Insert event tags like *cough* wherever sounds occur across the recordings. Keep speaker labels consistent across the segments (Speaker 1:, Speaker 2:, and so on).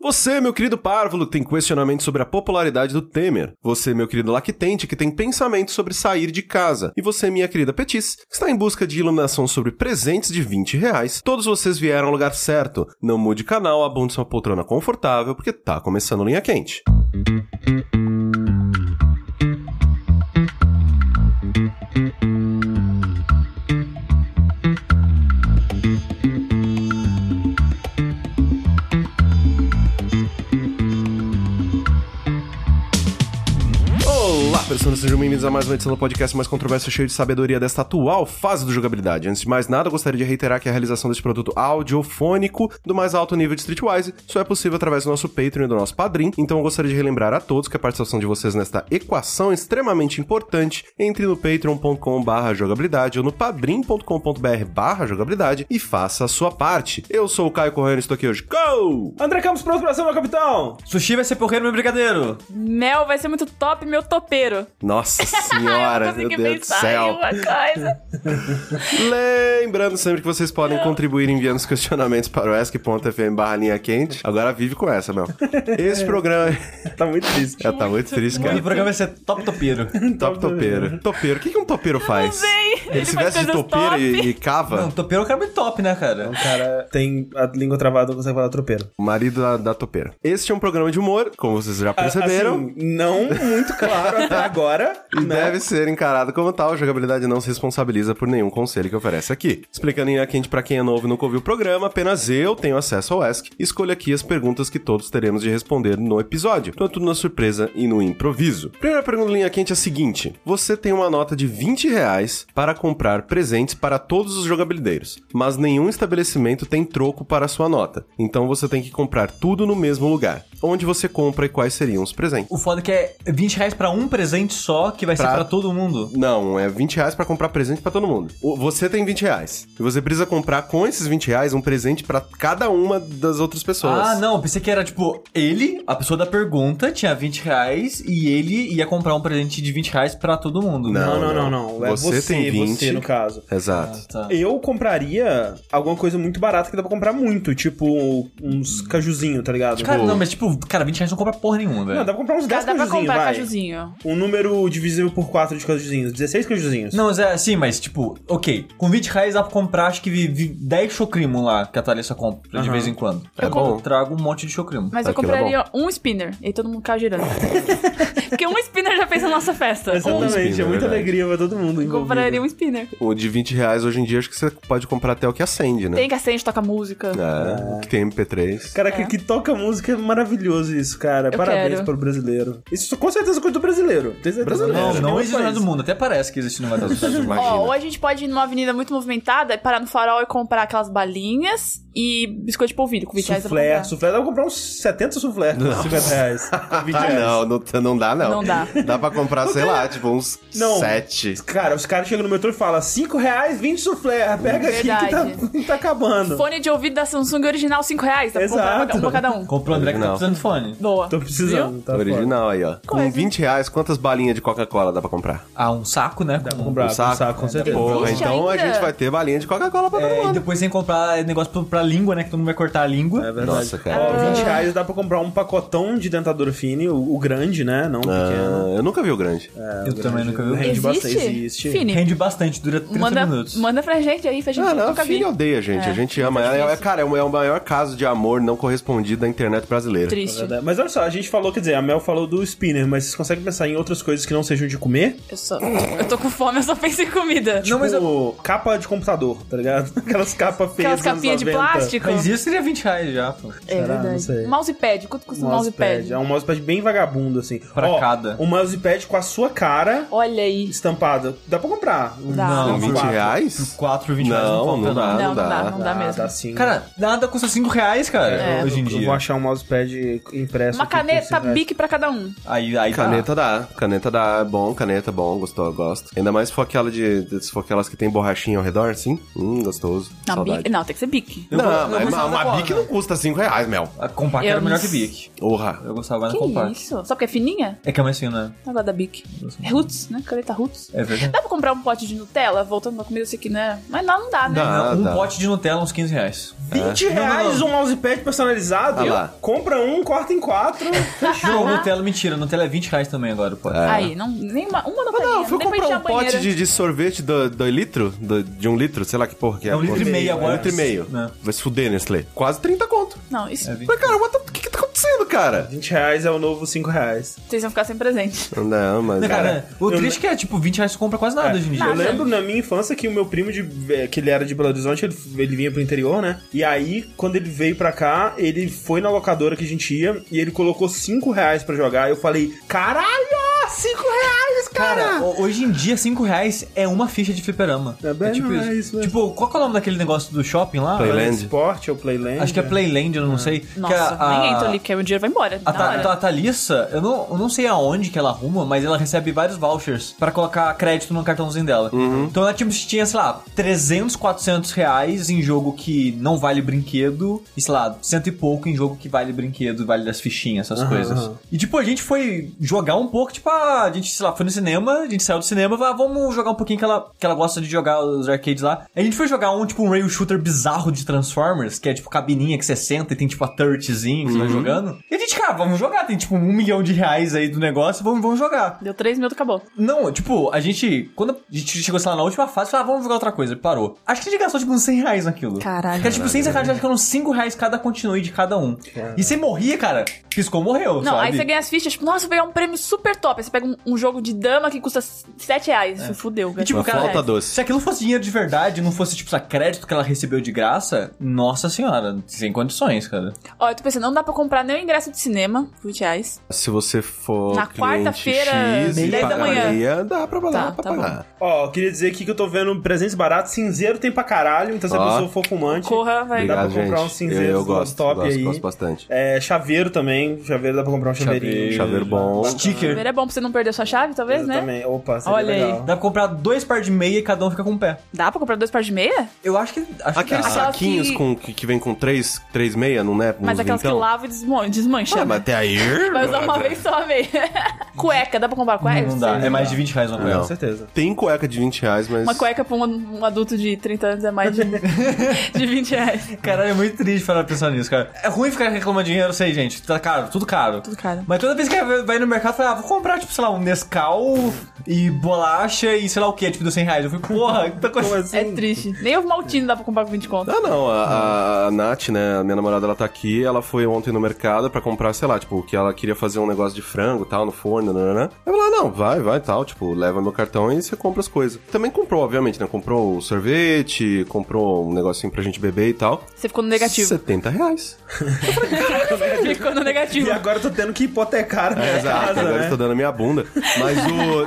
Speaker 1: Você, meu querido párvulo, que tem questionamento sobre a popularidade do Temer. Você, meu querido lactente, que tem pensamento sobre sair de casa. E você, minha querida Petis, que está em busca de iluminação sobre presentes de 20 reais. Todos vocês vieram ao lugar certo. Não mude canal, abunde sua poltrona confortável, porque tá começando linha quente. Olá, pessoas, sejam bem-vindos a mais uma edição do podcast mais controverso cheio de sabedoria desta atual fase do jogabilidade. Antes de mais nada, eu gostaria de reiterar que a realização deste produto audiofônico do mais alto nível de Streetwise só é possível através do nosso Patreon e do nosso Padrim, então eu gostaria de relembrar a todos que a participação de vocês nesta equação é extremamente importante. Entre no patreon.com barra jogabilidade ou no padrim.com.br barra jogabilidade e faça a sua parte. Eu sou o Caio Correia e estou aqui hoje. Go!
Speaker 2: André Campos, pronto pra ação, meu capitão! Sushi vai ser porreiro, meu brigadeiro!
Speaker 3: Mel vai ser muito top, meu topeiro.
Speaker 1: Nossa *laughs* senhora,
Speaker 3: eu
Speaker 1: meu
Speaker 3: consegui
Speaker 1: Deus do
Speaker 3: pensar em
Speaker 1: céu.
Speaker 3: uma coisa.
Speaker 1: *laughs* Lembrando sempre que vocês podem contribuir enviando os questionamentos para o ask.fm barra linha quente. Agora vive com essa, Mel. Esse
Speaker 3: *laughs*
Speaker 1: programa...
Speaker 2: Tá muito triste.
Speaker 1: Já tá muito triste,
Speaker 2: O
Speaker 1: cara.
Speaker 2: programa vai ser *laughs* top topeiro.
Speaker 1: Top topeiro. Topeiro. O que, que um topeiro faz?
Speaker 3: sei.
Speaker 1: Ele,
Speaker 3: Ele
Speaker 1: se
Speaker 3: faz
Speaker 1: veste de
Speaker 3: coisas
Speaker 1: topeiro
Speaker 3: top.
Speaker 1: e, e cava?
Speaker 2: Não, topeiro é um cara muito top, né, cara?
Speaker 4: O cara tem a língua travada, não consegue falar tropeiro.
Speaker 1: O marido da, da topeira. Este é um programa de humor, como vocês já perceberam.
Speaker 4: Assim, não muito claro até agora.
Speaker 1: E deve ser encarado como tal. A jogabilidade não se responsabiliza por nenhum conselho que oferece aqui. Explicando em quente pra quem é novo e nunca ouviu o programa, apenas eu tenho acesso ao Ask. Escolho aqui as perguntas que todos teremos de responder no episódio. Então é tudo na surpresa e no improviso. Primeira pergunta do linha quente é a seguinte: você tem uma nota de 20 reais para comprar presentes para todos os jogabilideiros, mas nenhum estabelecimento tem troco para sua nota. Então você tem que comprar tudo no mesmo lugar. Onde você compra e quais seriam os presentes?
Speaker 2: O foda é que é 20 reais pra um presente só, que vai ser
Speaker 1: Pra-
Speaker 2: pra todo mundo.
Speaker 1: Não, é 20 reais pra comprar presente pra todo mundo. O- Você tem 20 reais. E você precisa comprar com esses 20 reais um presente pra cada uma das outras pessoas.
Speaker 2: Ah, não, pensei que era tipo, ele, a pessoa da pergunta, tinha 20 reais e ele ia comprar um presente de 20 reais pra todo mundo.
Speaker 1: Não,
Speaker 4: Não, não, não,
Speaker 1: não.
Speaker 4: não. É
Speaker 1: Você
Speaker 4: você,
Speaker 1: tem 20.
Speaker 4: você, no caso.
Speaker 1: Exato.
Speaker 2: Tá.
Speaker 4: Eu compraria alguma coisa muito barata que dá pra comprar muito, tipo uns cajuzinho, tá ligado?
Speaker 2: Cara, não, mas tipo, cara, 20 reais não compra porra nenhuma, velho.
Speaker 4: Não, dá pra comprar uns
Speaker 3: Dá,
Speaker 4: 10
Speaker 3: dá pra
Speaker 4: cajuzinhos,
Speaker 3: comprar
Speaker 4: vai.
Speaker 3: cajuzinho.
Speaker 4: Um número divisível por 4 de cajuzinhos, 16 cajuzinhos.
Speaker 2: Não, mas é assim, mas tipo, ok, com 20 reais dá pra comprar acho que vi- vi- 10 chocrimo lá, que a Thalissa compra de
Speaker 4: Aham.
Speaker 2: vez em quando.
Speaker 1: É
Speaker 2: eu
Speaker 1: bom.
Speaker 2: trago um monte de chocrimo.
Speaker 3: Mas
Speaker 1: Tá,
Speaker 3: eu
Speaker 1: aquilo é
Speaker 3: compraria um spinner. E aí todo mundo
Speaker 1: *laughs*
Speaker 3: ficava girando. Porque um spinner já fez a nossa festa.
Speaker 1: Um
Speaker 4: Exatamente,
Speaker 1: spin,
Speaker 4: é
Speaker 1: na
Speaker 4: muita
Speaker 1: verdade.
Speaker 4: alegria pra todo mundo.
Speaker 3: Eu
Speaker 4: envolvido.
Speaker 3: tá compraria um spinner.
Speaker 1: O de 20 reais hoje em dia acho que você pode comprar até o que acende, né?
Speaker 3: Tem que acende, toca música.
Speaker 1: É, o que tem MP3.
Speaker 4: Caraca, que toca música é maravilhoso isso, cara.
Speaker 3: Eu
Speaker 4: Parabéns
Speaker 3: quero.
Speaker 4: pro brasileiro. Isso com certeza é coisa do brasileiro. Tem certeza
Speaker 2: Não,
Speaker 4: disso.
Speaker 2: não
Speaker 4: Nenhum
Speaker 2: existe no
Speaker 4: país.
Speaker 2: do mundo. Até parece que existe no lugar do mundo.
Speaker 1: Imagina.
Speaker 3: Ó, ou a gente pode ir numa avenida muito movimentada, e parar no farol e comprar aquelas balinhas e biscoito de polvilho com 20 reais. dá é pra
Speaker 4: Suflé,
Speaker 3: comprar.
Speaker 4: suflé, dá pra comprar uns 70 suflé por 50 reais.
Speaker 1: *laughs*
Speaker 4: 20
Speaker 1: Ah,
Speaker 4: reais.
Speaker 1: não, não, não dá, não.
Speaker 3: Não dá.
Speaker 1: Dá pra comprar, sei lá, tipo, uns
Speaker 4: Não.
Speaker 1: sete.
Speaker 4: Cara, os caras chegam no metrô e falam 5 reais, 20 suflé, pega aqui que
Speaker 3: Verdade.
Speaker 4: *laughs* tá, tá acabando.
Speaker 3: Fone de ouvido da Samsung original, 5 reais. Dá pra comprar uma-
Speaker 4: Exato.
Speaker 3: um pra cada um.
Speaker 2: Comprou o André que tá
Speaker 1: Original.
Speaker 2: precisando de fone.
Speaker 3: Boa.
Speaker 4: Tô precisando, tá foda.
Speaker 1: Original aí, ó. Com
Speaker 3: Coisa.
Speaker 1: 20 reais, quantas balinhas de Coca-Cola dá pra comprar?
Speaker 2: Ah, um saco, é, né?
Speaker 4: Dá pra
Speaker 2: Com-
Speaker 4: comprar,
Speaker 1: Um
Speaker 4: um
Speaker 1: saco.
Speaker 4: saco, com certeza.
Speaker 1: Porra,
Speaker 3: Existe
Speaker 1: então a
Speaker 3: ainda?
Speaker 1: gente vai ter balinha de Coca-Cola pra todo
Speaker 2: É, e
Speaker 1: mundo.
Speaker 2: depois tem que comprar negócio pra, pra língua, né? Que todo mundo vai cortar a língua.
Speaker 4: É verdade.
Speaker 1: Nossa, cara.
Speaker 4: Ó, 20
Speaker 3: Ah.
Speaker 4: reais dá pra comprar um pacotão de dentadura fine, o, o grande, né? Não o pequeno. É,
Speaker 1: Ah, eu nunca vi o grande.
Speaker 2: eu também nunca vi.
Speaker 4: Rende
Speaker 3: Existe?
Speaker 4: bastante, existe.
Speaker 3: Fini.
Speaker 2: Rende bastante, dura 30
Speaker 3: Manda,
Speaker 2: minutos.
Speaker 3: manda pra gente aí, pra gente
Speaker 1: Ah, não,
Speaker 3: nunca
Speaker 1: a
Speaker 3: vi.
Speaker 1: filha odeia a gente.
Speaker 3: É,
Speaker 1: a gente ama
Speaker 3: muito
Speaker 1: ela. É,
Speaker 3: difícil.
Speaker 1: cara, é o é o maior caso de amor não correspondido da internet brasileira.
Speaker 3: Triste.
Speaker 4: É Verdade. Mas olha só, a gente falou, quer dizer, a Mel falou do spinner, mas vocês conseguem pensar em outras coisas que não sejam de comer?
Speaker 3: Eu, só, eu tô com fome, eu só penso em comida.
Speaker 2: Não, mas
Speaker 4: Tipo, capa de computador, tá ligado? *laughs* Aquelas capas feias.
Speaker 3: Aquelas
Speaker 4: dos anos
Speaker 3: capinhas de
Speaker 4: 90.
Speaker 3: plástico.
Speaker 2: Mas isso seria 20 reais já, pô.
Speaker 3: É
Speaker 4: Será? Não
Speaker 3: verdade.
Speaker 4: sei.
Speaker 3: Mousepad, quanto custa um mousepad?
Speaker 4: Mousepad. É um mousepad bem vagabundo, assim.
Speaker 2: Pra
Speaker 4: Ó,
Speaker 2: cada.
Speaker 4: Um mousepad com a sua cara
Speaker 3: Olha aí.
Speaker 4: estampada. Dá pra comprar. Um
Speaker 3: Dá. Não,
Speaker 1: Com 20
Speaker 4: quatro.
Speaker 1: reais?
Speaker 2: 4, 20 reais
Speaker 1: Não,
Speaker 2: não compra
Speaker 1: não dá.
Speaker 3: não, não
Speaker 1: dá.
Speaker 3: dá, não dá, mesmo.
Speaker 4: Dá sim.
Speaker 2: Cara, nada custa 5 reais, cara,
Speaker 3: É.
Speaker 2: hoje em
Speaker 4: eu vou
Speaker 2: dia.
Speaker 4: achar um mousepad impresso.
Speaker 3: Uma
Speaker 4: aqui por
Speaker 3: caneta
Speaker 4: 100 reais.
Speaker 3: bique pra cada um.
Speaker 2: Aí, aí
Speaker 1: Caneta dá, caneta dá, é bom, caneta é bom, gostou, gosto. Ainda mais se for aquela de. de- Se for aquelas que tem borrachinha ao redor, assim. Hum, gostoso.
Speaker 3: Não,
Speaker 1: Saudade.
Speaker 3: bique, não tem que ser bique.
Speaker 1: Não,
Speaker 2: Eu vou- eu
Speaker 1: mas
Speaker 2: vou
Speaker 1: uma,
Speaker 2: usar
Speaker 1: uma
Speaker 2: agora.
Speaker 1: bique não custa 5 reais, Mel.
Speaker 2: tá. A Compaq
Speaker 3: Eu
Speaker 2: era
Speaker 3: não
Speaker 2: melhor que
Speaker 3: sei.
Speaker 2: Bic.
Speaker 1: Orra.
Speaker 2: Eu gostava mais
Speaker 3: Que
Speaker 2: da Compaq.
Speaker 3: isso? Só porque é fininha?
Speaker 2: É que é mais fina.
Speaker 3: Não gosto da bique. É Roots, né? Caneta Roots.
Speaker 2: É verdade.
Speaker 3: Dá pra comprar um pote de Nutella? Voltando pra comida, isso aqui, né? Mas lá não dá, né?
Speaker 1: Dá. Ah,
Speaker 2: um
Speaker 1: tá.
Speaker 4: É.
Speaker 2: pote de Nutella, uns 15 reais.
Speaker 3: um
Speaker 4: 20 reais um mousepad personalizado?
Speaker 1: Ah lá.
Speaker 4: Compra um um, corta em quatro.
Speaker 2: *laughs* Não, Nutella, mentira, Nutella é 20 reais também agora, pô.
Speaker 3: Aí, não, nem uma, uma
Speaker 1: Ah,
Speaker 3: notelinha.
Speaker 1: não, eu fui
Speaker 3: nem pra encher
Speaker 1: comprar
Speaker 3: a
Speaker 1: um pote
Speaker 3: banheira.
Speaker 1: de, de sorvete do, do litro, do- de um litro, sei lá que porra que é.
Speaker 2: É um litro e
Speaker 1: Porra.
Speaker 2: meio agora.
Speaker 1: Um litro e meio.
Speaker 2: É.
Speaker 1: Vai se fuder, Nestlé. Quase 30 conto.
Speaker 3: Não, isso,
Speaker 2: É 20.
Speaker 1: Mas, cara, what the- o que que tá acontecendo, cara?
Speaker 4: 20 reais é o novo 5 reais.
Speaker 3: vocês vão ficar sem presente.
Speaker 1: Não, mas...
Speaker 2: Cara, o
Speaker 4: eu É.
Speaker 2: triste é que é, tipo, 20 reais você compra quase nada hoje em dia. né?
Speaker 4: Eu
Speaker 3: Nada.
Speaker 4: lembro na minha infância que o meu primo, de, eh, que ele era de Belo Horizonte, ele, ele vinha pro interior, né? E aí, quando ele veio pra cá, ele foi na locadora que a gente ia e ele colocou 5 reais pra jogar. Eu falei, caralho, 5 reais, cara!
Speaker 2: Cara, ho- hoje em dia, 5 reais é uma ficha de fliperama.
Speaker 4: É bem
Speaker 2: tipo
Speaker 4: mais,
Speaker 2: isso.
Speaker 4: mas-
Speaker 2: Tipo, qual que é o nome daquele negócio do shopping lá?
Speaker 1: Playland.
Speaker 4: Esporte ou Playland?
Speaker 2: Acho que é Playland, eu não sei.
Speaker 3: Nossa,
Speaker 2: que é a,
Speaker 3: nem
Speaker 2: a-
Speaker 3: entra ali, porque o dinheiro vai embora.
Speaker 2: A,
Speaker 3: na
Speaker 2: Tha-
Speaker 3: hora.
Speaker 2: a Thalissa, eu não, eu não sei aonde que ela arruma, mas ela recebe vários vouchers pra colocar crédito no cartãozinho dela. Então ela tipo, tinha, sei lá, 300, 400 reais em jogo que não vale brinquedo, e sei lá, cento e pouco em jogo que vale brinquedo, vale das fichinhas, essas coisas. E tipo, a gente foi jogar um pouco, tipo, ah, a gente, sei lá, foi no cinema, a gente saiu do cinema, vai, ah, vamos jogar um pouquinho que ela, que ela gosta de jogar os arcades lá. Aí A gente foi jogar um, tipo, um rail shooter bizarro de Transformers, que é tipo cabininha que você senta e tem tipo a turretzinha que você vai jogando. E a gente, cara, vamos jogar, tem tipo um milhão de reais aí do negócio, vamos, vamos jogar.
Speaker 3: Deu 3 minutos, acabou.
Speaker 2: Não, tipo, a gente, quando a gente chegou, sei lá, na última fase, falou, ah, vamos jogar outra coisa, e parou. Acho que a gente gastou tipo uns 100 reais naquilo.
Speaker 3: Caralho.
Speaker 2: Cara, tipo, 100 reais, acho que eram 5 reais cada continue de cada um. E você morria, cara, piscou, morreu,
Speaker 3: Não,
Speaker 2: sabe?
Speaker 3: aí você ganha as fichas, tipo, nossa, eu vou pegar um prêmio super top. Aí você pega um, um jogo de dama que custa 7 reais. assim, Fudeu,
Speaker 2: E, tipo,
Speaker 1: Uma
Speaker 2: cara,
Speaker 1: flauta
Speaker 2: é,
Speaker 1: doce.
Speaker 2: se aquilo fosse dinheiro de verdade, não fosse, tipo, essa crédito que ela recebeu de graça, nossa senhora, sem condições, cara.
Speaker 3: Ó, eu tô pensando, não dá pra comprar nem o ingresso de cinema, 20 reais.
Speaker 1: Se você for
Speaker 3: Na
Speaker 1: cliente
Speaker 3: quarta-feira,
Speaker 1: X e
Speaker 3: 10 da manhã.
Speaker 1: pagaria, dá pra, lá,
Speaker 3: Tá,
Speaker 1: pra
Speaker 3: tá
Speaker 1: pagar.
Speaker 4: Ó, queria dizer aqui que eu tô vendo presentes baratos, cinzeiro tem pra caralho, então se a
Speaker 1: Ó.
Speaker 4: pessoa for fumante,
Speaker 3: Corra, vai.
Speaker 4: dá pra
Speaker 1: Obrigado,
Speaker 4: comprar
Speaker 1: gente.
Speaker 4: uns cinzeiros
Speaker 1: eu, eu
Speaker 4: do
Speaker 1: gosto,
Speaker 4: top
Speaker 1: gosto,
Speaker 4: aí.
Speaker 1: gosto bastante.
Speaker 4: É, chaveiro também, chaveiro dá pra comprar um chaveirinho.
Speaker 1: Chaveiro bom.
Speaker 2: Sticker.
Speaker 3: Primeiro é bom pra você não perder sua chave, talvez, né?
Speaker 4: Também. Opa, seria
Speaker 3: Olha aí.
Speaker 4: legal.
Speaker 2: Dá pra comprar dois par de meia e cada um fica com um pé.
Speaker 3: Dá pra comprar dois pares de meia?
Speaker 2: Eu acho que. Acho que
Speaker 1: Aqueles
Speaker 2: dá.
Speaker 3: Aquela
Speaker 1: saquinhos
Speaker 3: que-
Speaker 1: com, que, que vem com três, três meia, não é? Uns
Speaker 3: Mas aquelas que
Speaker 2: então.
Speaker 1: vintão.
Speaker 3: lava e desman-
Speaker 1: Ah,
Speaker 3: desmancha.
Speaker 1: mas
Speaker 3: *laughs* né?
Speaker 1: até aí...
Speaker 3: Vai usar uma vez só a meia. *laughs* cueca, dá pra comprar cueca?
Speaker 2: Não dá, é mais de 20 reais uma
Speaker 1: Ah, Não.
Speaker 4: Com
Speaker 2: coisa.
Speaker 4: certeza.
Speaker 1: Tem cueca de 20 reais, mas...
Speaker 3: Uma cueca pra um, um adulto de 30 anos é mais
Speaker 2: *laughs*
Speaker 3: de, de 20 reais.
Speaker 2: Caralho, é muito triste parar pra pensar nisso, cara. É ruim ficar reclamando de dinheiro, eu sei, gente. Tá caro, tudo caro.
Speaker 3: Tudo caro.
Speaker 2: Mas toda vez que vai no mercado, fala, ah, vou comprar, tipo, sei lá, um Nescau e bolacha e sei lá o que, tipo, deu 100 reais. Eu fico, porra, que tá
Speaker 4: Como
Speaker 2: coisa.
Speaker 4: assim?
Speaker 3: É triste. Nem o Maltino dá pra comprar com 20 conto.
Speaker 1: Ah, não, a, a- a Nath, né, a minha namorada, ela tá aqui, ela foi ontem no mercado pra comprar, sei lá, tipo, que ela queria fazer um negócio de frango e tal, no forno, né, né. Eu falei, ah, não, vai, vai, tal, tipo, leva meu cartão e você compra as coisas. Também comprou, obviamente, né, comprou o sorvete, comprou um negocinho pra gente beber e tal.
Speaker 3: Você ficou no negativo.
Speaker 1: 70 reais.
Speaker 3: *laughs* ficou no negativo.
Speaker 4: E agora eu tô tendo que hipotecar a minha casa,
Speaker 1: É, Agora
Speaker 4: né?
Speaker 1: eu tô dando a minha bunda. Mas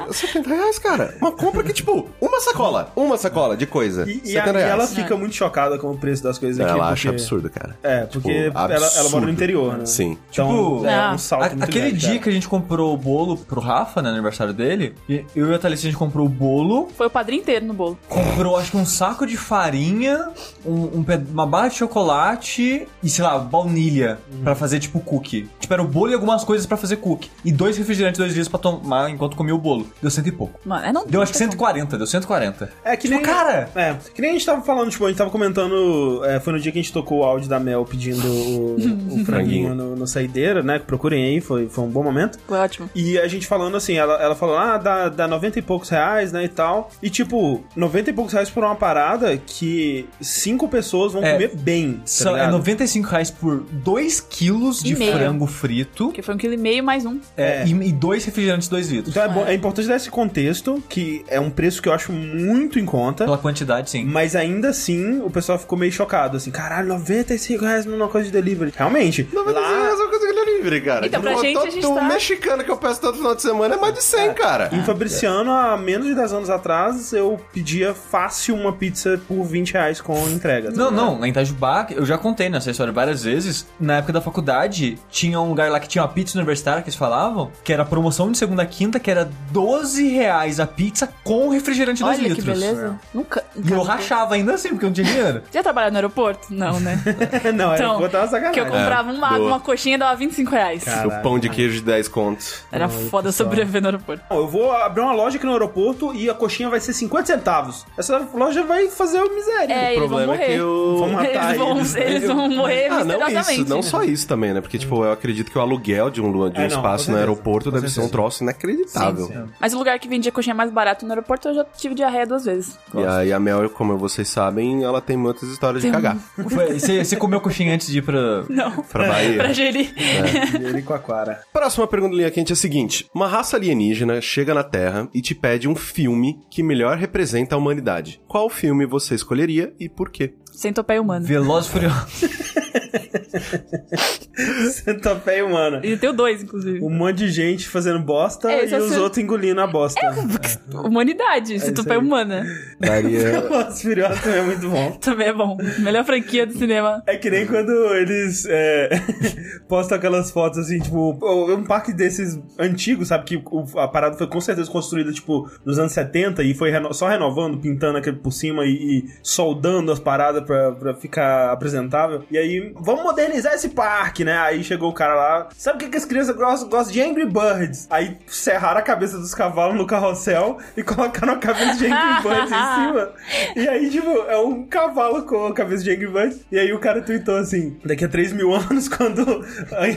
Speaker 1: o... 70 reais, cara. Uma compra que, tipo, uma sacola, uma sacola de coisa.
Speaker 4: E, e
Speaker 1: 70
Speaker 4: a- e
Speaker 1: reais.
Speaker 4: ela fica muito chocada com o preço das coisas aqui.
Speaker 1: Ela
Speaker 4: porque-
Speaker 1: acha absurdo, cara.
Speaker 4: É, porque
Speaker 1: Tipo,
Speaker 4: ela, ela mora
Speaker 1: absurdo.
Speaker 4: no interior, né?
Speaker 1: Sim.
Speaker 4: Então,
Speaker 2: Tipo,
Speaker 4: é
Speaker 3: Ah,
Speaker 4: um salto
Speaker 2: A-
Speaker 4: muito
Speaker 2: aquele
Speaker 4: grande,
Speaker 2: dia
Speaker 4: cara.
Speaker 2: que a gente comprou o bolo pro Rafa, né, no aniversário dele, e eu e a Thalissa, a gente comprou o bolo,
Speaker 3: Foi o padrinho inteiro no bolo.
Speaker 2: comprou acho que um saco de farinha, um, um ped- uma barra de chocolate e, sei lá, baunilha
Speaker 4: Uhum.
Speaker 2: pra fazer, tipo, cookie. Tipo, era o bolo e algumas coisas pra fazer cookie. E dois refrigerantes, dois dias pra tomar enquanto comia o bolo. Deu cento e pouco.
Speaker 3: Mano, é não.
Speaker 2: Deu acho que 140, deu 140.
Speaker 4: É que
Speaker 2: Tipo,
Speaker 4: nem.
Speaker 2: cara!
Speaker 4: É, que nem a gente tava falando, tipo, a gente tava comentando. é, foi no dia que a gente tocou o áudio da Mel pedindo o,
Speaker 1: *laughs*
Speaker 4: o franguinho no, no saideira, né? Procurem aí, foi, foi um bom momento.
Speaker 3: Foi ótimo.
Speaker 4: E a gente falando assim, ela, ela falou, ah, dá, dá 90 e poucos reais, né, e tal. E tipo, 90 e poucos reais por uma parada que cinco pessoas vão
Speaker 2: É.
Speaker 4: comer bem. Tá
Speaker 2: Só- é
Speaker 4: ligado?
Speaker 2: 95 reais por 2 quilos de
Speaker 3: E meio.
Speaker 2: frango frito
Speaker 3: Porque foi um quilo e meio mais um.
Speaker 2: é,
Speaker 4: É.
Speaker 2: e, e dois refrigerantes, dois litros.
Speaker 4: Então é, bom- é importante dar esse contexto, que é um preço que eu acho muito em conta.
Speaker 2: Pela quantidade, sim.
Speaker 4: Mas ainda assim, o pessoal ficou meio chocado, assim, caralho, 95 reais numa coisa de delivery. Realmente, lá...
Speaker 1: Mas é uma coisa que ele é livre, cara.
Speaker 3: Então, pra
Speaker 1: Tipo,
Speaker 3: gente,
Speaker 1: todo-
Speaker 3: a gente
Speaker 1: O
Speaker 3: tá-
Speaker 1: mexicano que eu peço todo final de semana é mais de 100, cara.
Speaker 4: Em Fabriciano, há menos de 10 anos atrás, eu pedia fácil uma pizza por 20 reais com entrega. tá
Speaker 2: Não,
Speaker 4: ligado?
Speaker 2: não, lá em Itajubá, eu já contei nessa história várias vezes. Na época da faculdade, tinha um lugar lá que tinha uma pizza universitária que eles falavam, que era promoção de segunda a quinta, que era 12 reais a pizza com refrigerante
Speaker 3: Olha
Speaker 2: 2 litros.
Speaker 3: que beleza. Nunca.
Speaker 2: E eu
Speaker 3: nunca-
Speaker 2: rachava ainda assim, porque eu não tinha
Speaker 3: *laughs*
Speaker 2: dinheiro.
Speaker 3: Já trabalhou no aeroporto? Não, né?
Speaker 4: *laughs* não, era
Speaker 3: Então,
Speaker 4: botar uma sacanagem.
Speaker 3: que eu comprava uma,
Speaker 1: boa.
Speaker 3: uma coxinha e dava 25 5 reais.
Speaker 1: E o pão de queijo de 10 contos.
Speaker 3: Era foda sobreviver no aeroporto.
Speaker 4: Não, eu vou abrir uma loja aqui no aeroporto e a coxinha vai ser 50 centavos. Essa loja vai fazer o miséria.
Speaker 3: É,
Speaker 1: o
Speaker 3: eles vão
Speaker 1: problema é
Speaker 3: morrer.
Speaker 1: que o...
Speaker 4: Vamos
Speaker 3: *laughs*
Speaker 4: matar
Speaker 3: Eles vão,
Speaker 4: eles,
Speaker 3: eles,
Speaker 4: né? Eu-
Speaker 3: vão morrer
Speaker 1: Ah, não
Speaker 3: misteriosamente.
Speaker 1: isso, não só isso também, né? Porque, tipo, eu acredito que o aluguel de um, lu- de um
Speaker 4: É, não, com
Speaker 1: espaço no
Speaker 4: certeza.
Speaker 1: aeroporto
Speaker 4: Com
Speaker 1: deve ser um
Speaker 4: certeza.
Speaker 1: troço inacreditável.
Speaker 3: Mas o lugar que vendia coxinha mais barato no aeroporto, eu já tive diarreia duas vezes.
Speaker 1: E aí a Mel, como vocês sabem, ela tem muitas histórias de
Speaker 3: Tem
Speaker 1: cagar.
Speaker 2: Foi- Você você comeu coxinha antes de ir pra.
Speaker 3: Não.
Speaker 1: Pra Bahia.
Speaker 3: Pra gerir.
Speaker 4: Ele com a Quara. *laughs*
Speaker 1: Próxima pergunta linha quente é a seguinte: uma raça alienígena chega na Terra e te pede um filme que melhor representa a humanidade. Qual filme você escolheria e por quê?
Speaker 3: *laughs* Sem topé humano.
Speaker 2: Veloz e Furioso.
Speaker 4: Centopeia humana.
Speaker 3: E eu tenho dois, inclusive.
Speaker 4: Um monte de gente fazendo bosta
Speaker 3: É,
Speaker 4: e
Speaker 3: isso
Speaker 4: os
Speaker 3: é-
Speaker 4: outros engolindo a bosta.
Speaker 3: *laughs* Humanidade, sem
Speaker 4: isso
Speaker 3: topé
Speaker 4: aí.
Speaker 3: humana.
Speaker 1: *laughs* Daria.
Speaker 4: *laughs* Os filhotes também é muito bom.
Speaker 3: Também é bom. Melhor franquia do cinema.
Speaker 4: É que nem quando eles é, *laughs* postam aquelas fotos assim, tipo, é um parque desses antigos, sabe? Que o- a parada foi com certeza construída, tipo, nos anos 70 e foi reno- só renovando, pintando aquele por cima e, e soldando as paradas pra, pra ficar apresentável. E aí, vamos modernizar esse parque, né? Aí chegou o cara lá, sabe o que, que as crianças gostam? Gostam de Angry Birds. Aí serraram a cabeça dos cavalos no carrossel e colocaram a cabeça de Angry Birds em cima. E aí, tipo, é um cavalo com a cabeça de Angry Birds. E aí o cara tweetou assim: daqui a 3 mil *laughs* anos, quando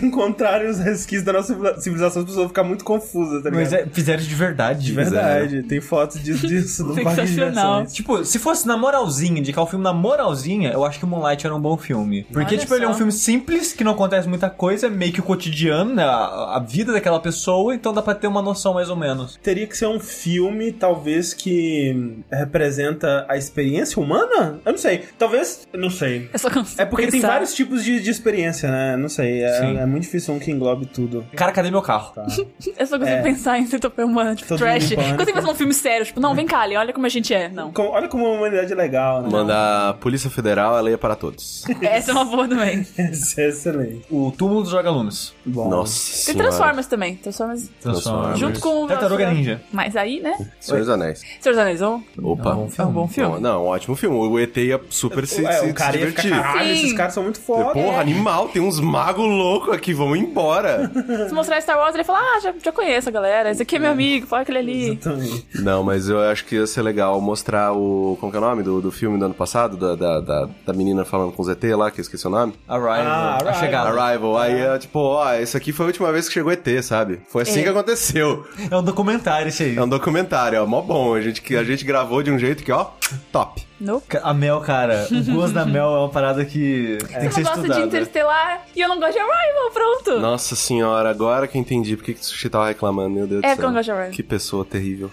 Speaker 4: encontrarem os resquícios da nossa civila- civilização, as pessoas vão ficar muito confusas, tá ligado?
Speaker 2: Mas é, fizeram de verdade.
Speaker 4: De verdade, tem fotos *laughs* disso, disso no parque de
Speaker 3: Sensacional.
Speaker 4: diversões.
Speaker 2: Tipo, se fosse na moralzinha, indicar o filme na moralzinha, eu acho que o Moonlight era um bom filme. Porque,
Speaker 3: Olha
Speaker 2: tipo, ele é um
Speaker 3: só.
Speaker 2: filme simples, que não acontece muita coisa, é meio que o cotidiano, né? A, a vida daquela pessoa, então dá pra ter uma noção mais ou menos.
Speaker 4: Teria que ser um filme, talvez, que representa a experiência humana? Eu não sei. Talvez. eu Não sei.
Speaker 3: Eu só consigo
Speaker 4: É porque tem
Speaker 3: pensar.
Speaker 4: vários tipos de, de experiência, né? Não sei. É,
Speaker 2: Sim.
Speaker 4: é muito difícil um que englobe tudo.
Speaker 2: Cara, cadê meu carro?
Speaker 3: Eu só consigo
Speaker 4: É.
Speaker 3: pensar em centopeia humana, tipo,
Speaker 4: Todo
Speaker 3: trash.
Speaker 4: mundo em pânico.
Speaker 3: Quando tem que fazer um filme sério, tipo, não, vem cá, Ali, olha como a gente é. Não.
Speaker 4: Com- olha como a humanidade é legal, né?
Speaker 1: Mandar a Polícia Federal, ela ia para todos.
Speaker 3: Essa é uma boa também.
Speaker 4: *laughs* Isso é excelente.
Speaker 2: O túmulo dos joga-lumes.
Speaker 4: Bom.
Speaker 1: Nossa.
Speaker 3: Tem
Speaker 1: Senhora.
Speaker 3: Transformers também. Transformers
Speaker 1: Transformers.
Speaker 3: junto com o.
Speaker 2: Tartaruga Ninja.
Speaker 3: Mas aí, né?
Speaker 1: Senhor dos Anéis.
Speaker 3: Senhor dos Anéis, vamos-
Speaker 1: Opa.
Speaker 2: É um bom
Speaker 3: é um
Speaker 2: filme.
Speaker 3: bom
Speaker 1: Não,
Speaker 3: filme.
Speaker 1: não, ótimo filme. O ET ia super se,
Speaker 4: é,
Speaker 1: se-
Speaker 4: o cara
Speaker 1: se
Speaker 4: ia ficar,
Speaker 1: divertir.
Speaker 4: caralho,
Speaker 3: Sim.
Speaker 4: esses caras são muito
Speaker 1: Porra,
Speaker 4: foda. né?
Speaker 1: animal, tem uns magos loucos aqui, vão
Speaker 4: *laughs*
Speaker 1: embora.
Speaker 3: Se mostrar Star Wars, ele fala, ah, já, já conheço a galera. Esse aqui é meu amigo, fala aquele ali.
Speaker 4: Exatamente.
Speaker 1: Não, mas eu acho que ia ser legal mostrar o. Como que é o nome do, do filme do ano passado? Da, da, da, da menina falando com o ZT lá, que eu esqueci o nome.
Speaker 2: Arrival.
Speaker 4: Ah,
Speaker 2: a
Speaker 4: Arrival.
Speaker 2: chegada.
Speaker 1: Arrival. Aí
Speaker 4: Ah.
Speaker 1: é tipo, ó, esse aqui foi a última vez que chegou ET, sabe? Foi assim que aconteceu.
Speaker 2: É um documentário esse aí.
Speaker 1: É um documentário, ó, mó bom. A gente, que a gente gravou de um jeito que, ó, top.
Speaker 3: Nope.
Speaker 2: A Mel, cara.
Speaker 3: *laughs*
Speaker 2: O gosto da Mel é uma parada que, que tem que
Speaker 3: Eu
Speaker 2: ser
Speaker 3: não gosto de
Speaker 2: estudada.
Speaker 3: Interestelar e eu não gosto de Arrival, pronto.
Speaker 1: Nossa senhora, agora que eu entendi por que que o Sushi tava reclamando, meu Deus
Speaker 3: É,
Speaker 1: do
Speaker 3: porque eu não gosto de
Speaker 1: céu.
Speaker 3: Arrival.
Speaker 1: Que pessoa terrível.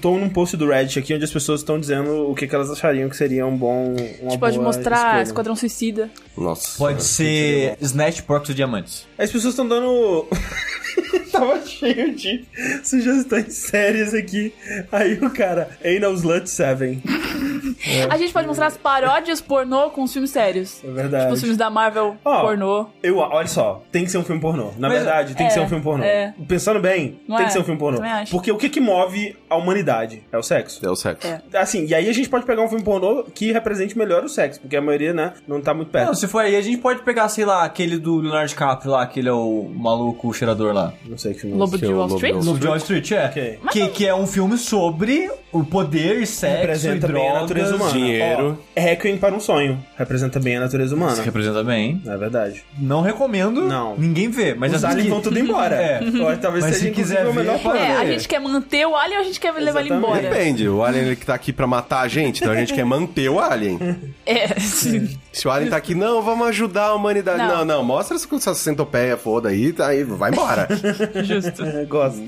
Speaker 4: Tô num post do Reddit aqui onde as pessoas estão dizendo o que, que elas achariam que seria um bom. Uma
Speaker 3: A gente pode
Speaker 4: boa
Speaker 3: mostrar
Speaker 4: escolha.
Speaker 3: Esquadrão Suicida.
Speaker 1: Nossa.
Speaker 2: Pode
Speaker 1: é
Speaker 2: ser Snatch Porcos e Diamantes.
Speaker 4: As pessoas estão dando. *laughs* Tava cheio de sugestões sérias aqui. Aí o cara, Anal Slut 7.
Speaker 3: A gente pode mostrar as paródias pornô com os filmes sérios.
Speaker 4: É
Speaker 3: Tipo, os
Speaker 4: verdade.
Speaker 3: filmes da Marvel
Speaker 4: Ó,
Speaker 3: pornô.
Speaker 4: Eu, olha só, tem que ser um filme pornô. Na
Speaker 2: Mas-
Speaker 4: verdade, tem que
Speaker 3: é,
Speaker 4: ser um filme pornô.
Speaker 3: é.
Speaker 4: Pensando bem,
Speaker 3: Não
Speaker 4: tem
Speaker 3: é?
Speaker 4: que ser um filme pornô.
Speaker 3: Também acho.
Speaker 4: Porque o que, que move a humanidade? É o sexo.
Speaker 1: É o sexo.
Speaker 3: É.
Speaker 4: Assim, e aí a gente pode pegar um filme pornô que represente melhor o sexo, porque a maioria, né, não tá muito perto.
Speaker 2: Não, se for aí, a gente pode pegar, sei lá, aquele do Leonardo DiCaprio lá, aquele é o maluco cheirador lá.
Speaker 4: Não sei que filme é
Speaker 3: Lobo
Speaker 4: esse.
Speaker 1: é
Speaker 3: de
Speaker 1: o
Speaker 3: Wall
Speaker 1: Lobo
Speaker 3: Street?
Speaker 1: de Wall
Speaker 2: Lobo de Wall Street, é.
Speaker 4: Ok.
Speaker 2: Que, que é um filme sobre o poder, sexo
Speaker 4: Representa
Speaker 2: e
Speaker 4: bem
Speaker 2: drogas.
Speaker 4: a natureza humana.
Speaker 1: dinheiro.
Speaker 4: Ó, Requiem para um sonho. Representa bem a natureza
Speaker 2: Se
Speaker 4: humana.
Speaker 2: representa bem.
Speaker 4: É verdade.
Speaker 2: Não recomendo
Speaker 4: Não.
Speaker 2: ninguém ver, mas
Speaker 4: Os
Speaker 2: assim
Speaker 4: aliens
Speaker 2: que-
Speaker 4: vão tudo embora.
Speaker 2: *laughs* É.
Speaker 4: Ou talvez
Speaker 2: Mas
Speaker 4: seja
Speaker 2: se
Speaker 4: inclusive,
Speaker 2: quiser
Speaker 4: o melhor
Speaker 2: ver,
Speaker 4: plano.
Speaker 3: É, a
Speaker 2: É.
Speaker 3: gente quer manter o alien ou a gente quer levar ele
Speaker 4: Exatamente.
Speaker 3: embora?
Speaker 1: Depende, o alien ele que tá aqui pra matar a gente, então a gente quer manter o alien.
Speaker 3: É, sim.
Speaker 1: Se o alien tá aqui, não, vamos ajudar a humanidade. Não,
Speaker 3: Não.
Speaker 1: não, mostra essa, essa centopeia foda aí, tá aí, vai
Speaker 3: *laughs*
Speaker 1: embora.
Speaker 3: Justo.
Speaker 4: Eu gosto.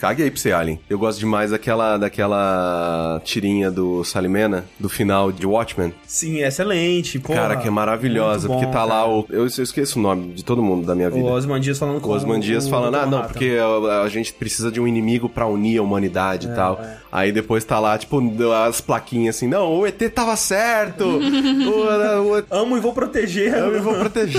Speaker 1: Caguei pra você, alien. Eu gosto demais daquela, daquela tirinha do Salimena, do final de Watchmen.
Speaker 4: Sim, excelente. Porra.
Speaker 1: cara, que é maravilhosa,
Speaker 4: Muito bom,
Speaker 1: porque tá lá
Speaker 4: cara.
Speaker 1: o... Eu, eu esqueço o nome de todo mundo da minha
Speaker 4: O
Speaker 1: vida.
Speaker 4: Osmandias falando com
Speaker 1: O Osman Dias falando,
Speaker 4: Dr.
Speaker 1: ah, não,
Speaker 4: Manhattan.
Speaker 1: porque a, a gente precisa de um inimigo pra unir a humanidade e tal. Aí depois tá lá, tipo, as plaquinhas assim, não, o ET tava certo! o, o,
Speaker 4: Amo e vou proteger.
Speaker 1: eu vou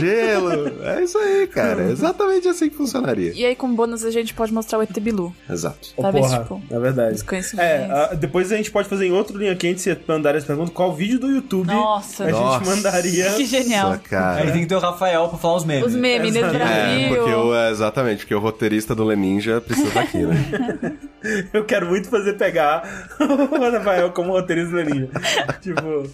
Speaker 1: protegê-lo. É isso aí, cara. É exatamente assim que funcionaria.
Speaker 3: *laughs* E aí, com bônus, a gente pode mostrar o ET Bilu.
Speaker 1: Exato.
Speaker 4: Ô,
Speaker 3: Talvez,
Speaker 4: porra,
Speaker 3: tipo,
Speaker 4: é verdade.
Speaker 3: desconhecimento.
Speaker 4: É, ah, depois a gente pode fazer em outro linha quente se mandarem essa pergunta qual vídeo do YouTube
Speaker 3: Nossa.
Speaker 4: a gente
Speaker 1: Nossa.
Speaker 4: mandaria.
Speaker 3: Que genial.
Speaker 1: Nossa, cara.
Speaker 2: Aí tem que ter o Rafael pra falar os memes.
Speaker 3: Os memes, né, do
Speaker 4: É,
Speaker 1: É, porque
Speaker 3: Brasil.
Speaker 1: o, é, exatamente, porque o roteirista do Leninja precisa daqui, né?
Speaker 4: *laughs* Eu quero muito fazer pegar o Rafael como roteirista
Speaker 3: *laughs*
Speaker 4: do Ninja. tipo,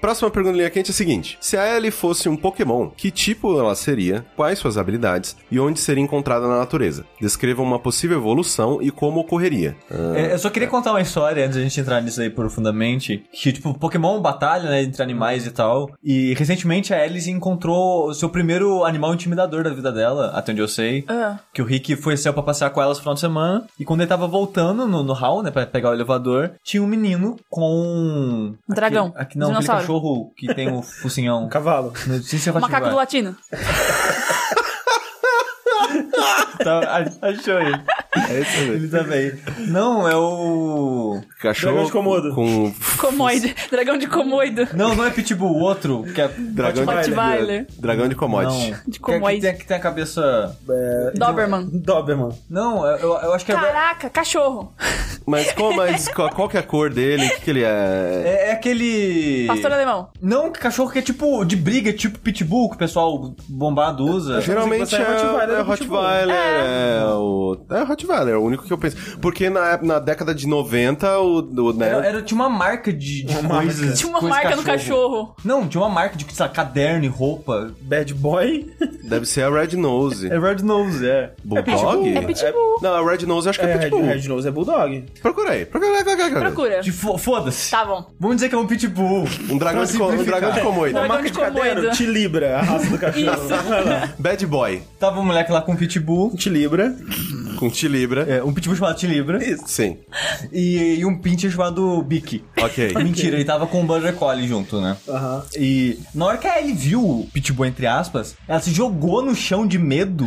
Speaker 1: Próxima pergunta do linha quente é a seguinte: Se a Ellie fosse um Pokémon, que tipo ela seria, quais suas habilidades e onde seria encontrada na natureza? Descrevam uma possível evolução e como ocorreria. Ah,
Speaker 2: É, Eu só queria contar uma história antes da gente entrar nisso aí profundamente. Que, tipo, Pokémon batalha, né? Entre animais e tal. E recentemente a Alice encontrou o seu primeiro animal intimidador da vida dela, até onde eu sei.
Speaker 3: Ah.
Speaker 2: Que o Rick foi céu pra passear com ela no final de semana. E quando ele tava voltando no, no hall, né? Pra pegar o elevador, tinha um menino com.
Speaker 3: Um dragão.
Speaker 2: Aquele, aqui, não, aquele
Speaker 3: Dinossauro.
Speaker 2: cachorro que tem
Speaker 3: *laughs*
Speaker 2: o
Speaker 4: um
Speaker 2: focinhão.
Speaker 4: cavalo.
Speaker 2: Não sei se é
Speaker 3: O
Speaker 2: Fatigue.
Speaker 3: Macaco do latino.
Speaker 2: Tá, a- achou ele.
Speaker 1: É isso
Speaker 2: Ele também. Não, é o.
Speaker 1: *laughs* Cachorro
Speaker 4: Dragão de Komodo.
Speaker 1: com
Speaker 3: Comoide. Dragão de comoido.
Speaker 2: Não, não é Pitbull, o outro, que é.
Speaker 1: dragão de
Speaker 3: Rottweiler.
Speaker 1: Dragão de commodity.
Speaker 2: Não.
Speaker 3: De é comoide.
Speaker 2: Que, que, tem, que tem a cabeça.
Speaker 4: É,
Speaker 3: Doberman.
Speaker 4: Doberman.
Speaker 2: Não, eu, eu acho que é.
Speaker 3: Caraca, cachorro.
Speaker 1: Mas qual, mas qual, qual que é a cor dele? O que, que ele é?
Speaker 2: É, é aquele.
Speaker 3: Pastor alemão.
Speaker 2: Não, que cachorro que é tipo de briga, tipo pitbull, que o pessoal bombado usa.
Speaker 1: Geralmente
Speaker 4: você
Speaker 1: é,
Speaker 4: é Rottweiler,
Speaker 1: é
Speaker 4: é
Speaker 1: Rottweiler, é. o. É Rottweiler, é o único que eu penso. Porque na, ép- na década de 90, o. o né,
Speaker 4: É,
Speaker 2: Era, era- tinha uma marca de, de
Speaker 4: Uma
Speaker 2: coisas.
Speaker 4: marca.
Speaker 3: Tinha uma
Speaker 2: coisa de
Speaker 3: marca no cachorro.
Speaker 2: Não, tinha uma marca de sei lá, caderno e roupa.
Speaker 4: Bad Boy.
Speaker 1: Deve ser a Red Nose.
Speaker 2: Red Nose, é.
Speaker 4: tipo
Speaker 1: Bulldog?
Speaker 4: um-
Speaker 3: É pitbull.
Speaker 1: Não, a Red Nose acho que é,
Speaker 4: É,
Speaker 1: Pitbull.
Speaker 4: Red Nose é Bulldog.
Speaker 1: Procura aí. Procura aí, procura aí, procura
Speaker 4: É
Speaker 1: aí.
Speaker 3: Procura.
Speaker 2: De fo- Foda-se.
Speaker 3: Tá bom.
Speaker 2: Vamos dizer que é um pitbull.
Speaker 1: Um dragão,
Speaker 2: Pra
Speaker 1: de, co- um
Speaker 2: simplificar.
Speaker 1: dragão de comoido.
Speaker 3: Dragão
Speaker 4: Marca
Speaker 3: É de
Speaker 4: de cadeiro,
Speaker 3: Komodo.
Speaker 4: te libra, a raça
Speaker 3: *laughs*
Speaker 4: do cachorro. *laughs* Vai lá.
Speaker 1: Bad Boy,
Speaker 2: Tava um moleque lá com um pitbull.
Speaker 4: Te libra.
Speaker 1: com Tilibra.
Speaker 2: É, um pitbull chamado Tilibra.
Speaker 1: Sim,
Speaker 2: E, e um pincher chamado Bic.
Speaker 1: ok.
Speaker 2: Mentira, ele tava com o Border Collie junto, né?
Speaker 4: Aham.
Speaker 2: E na hora que a Ellie viu o Pitbull, entre aspas, ela se jogou no chão de medo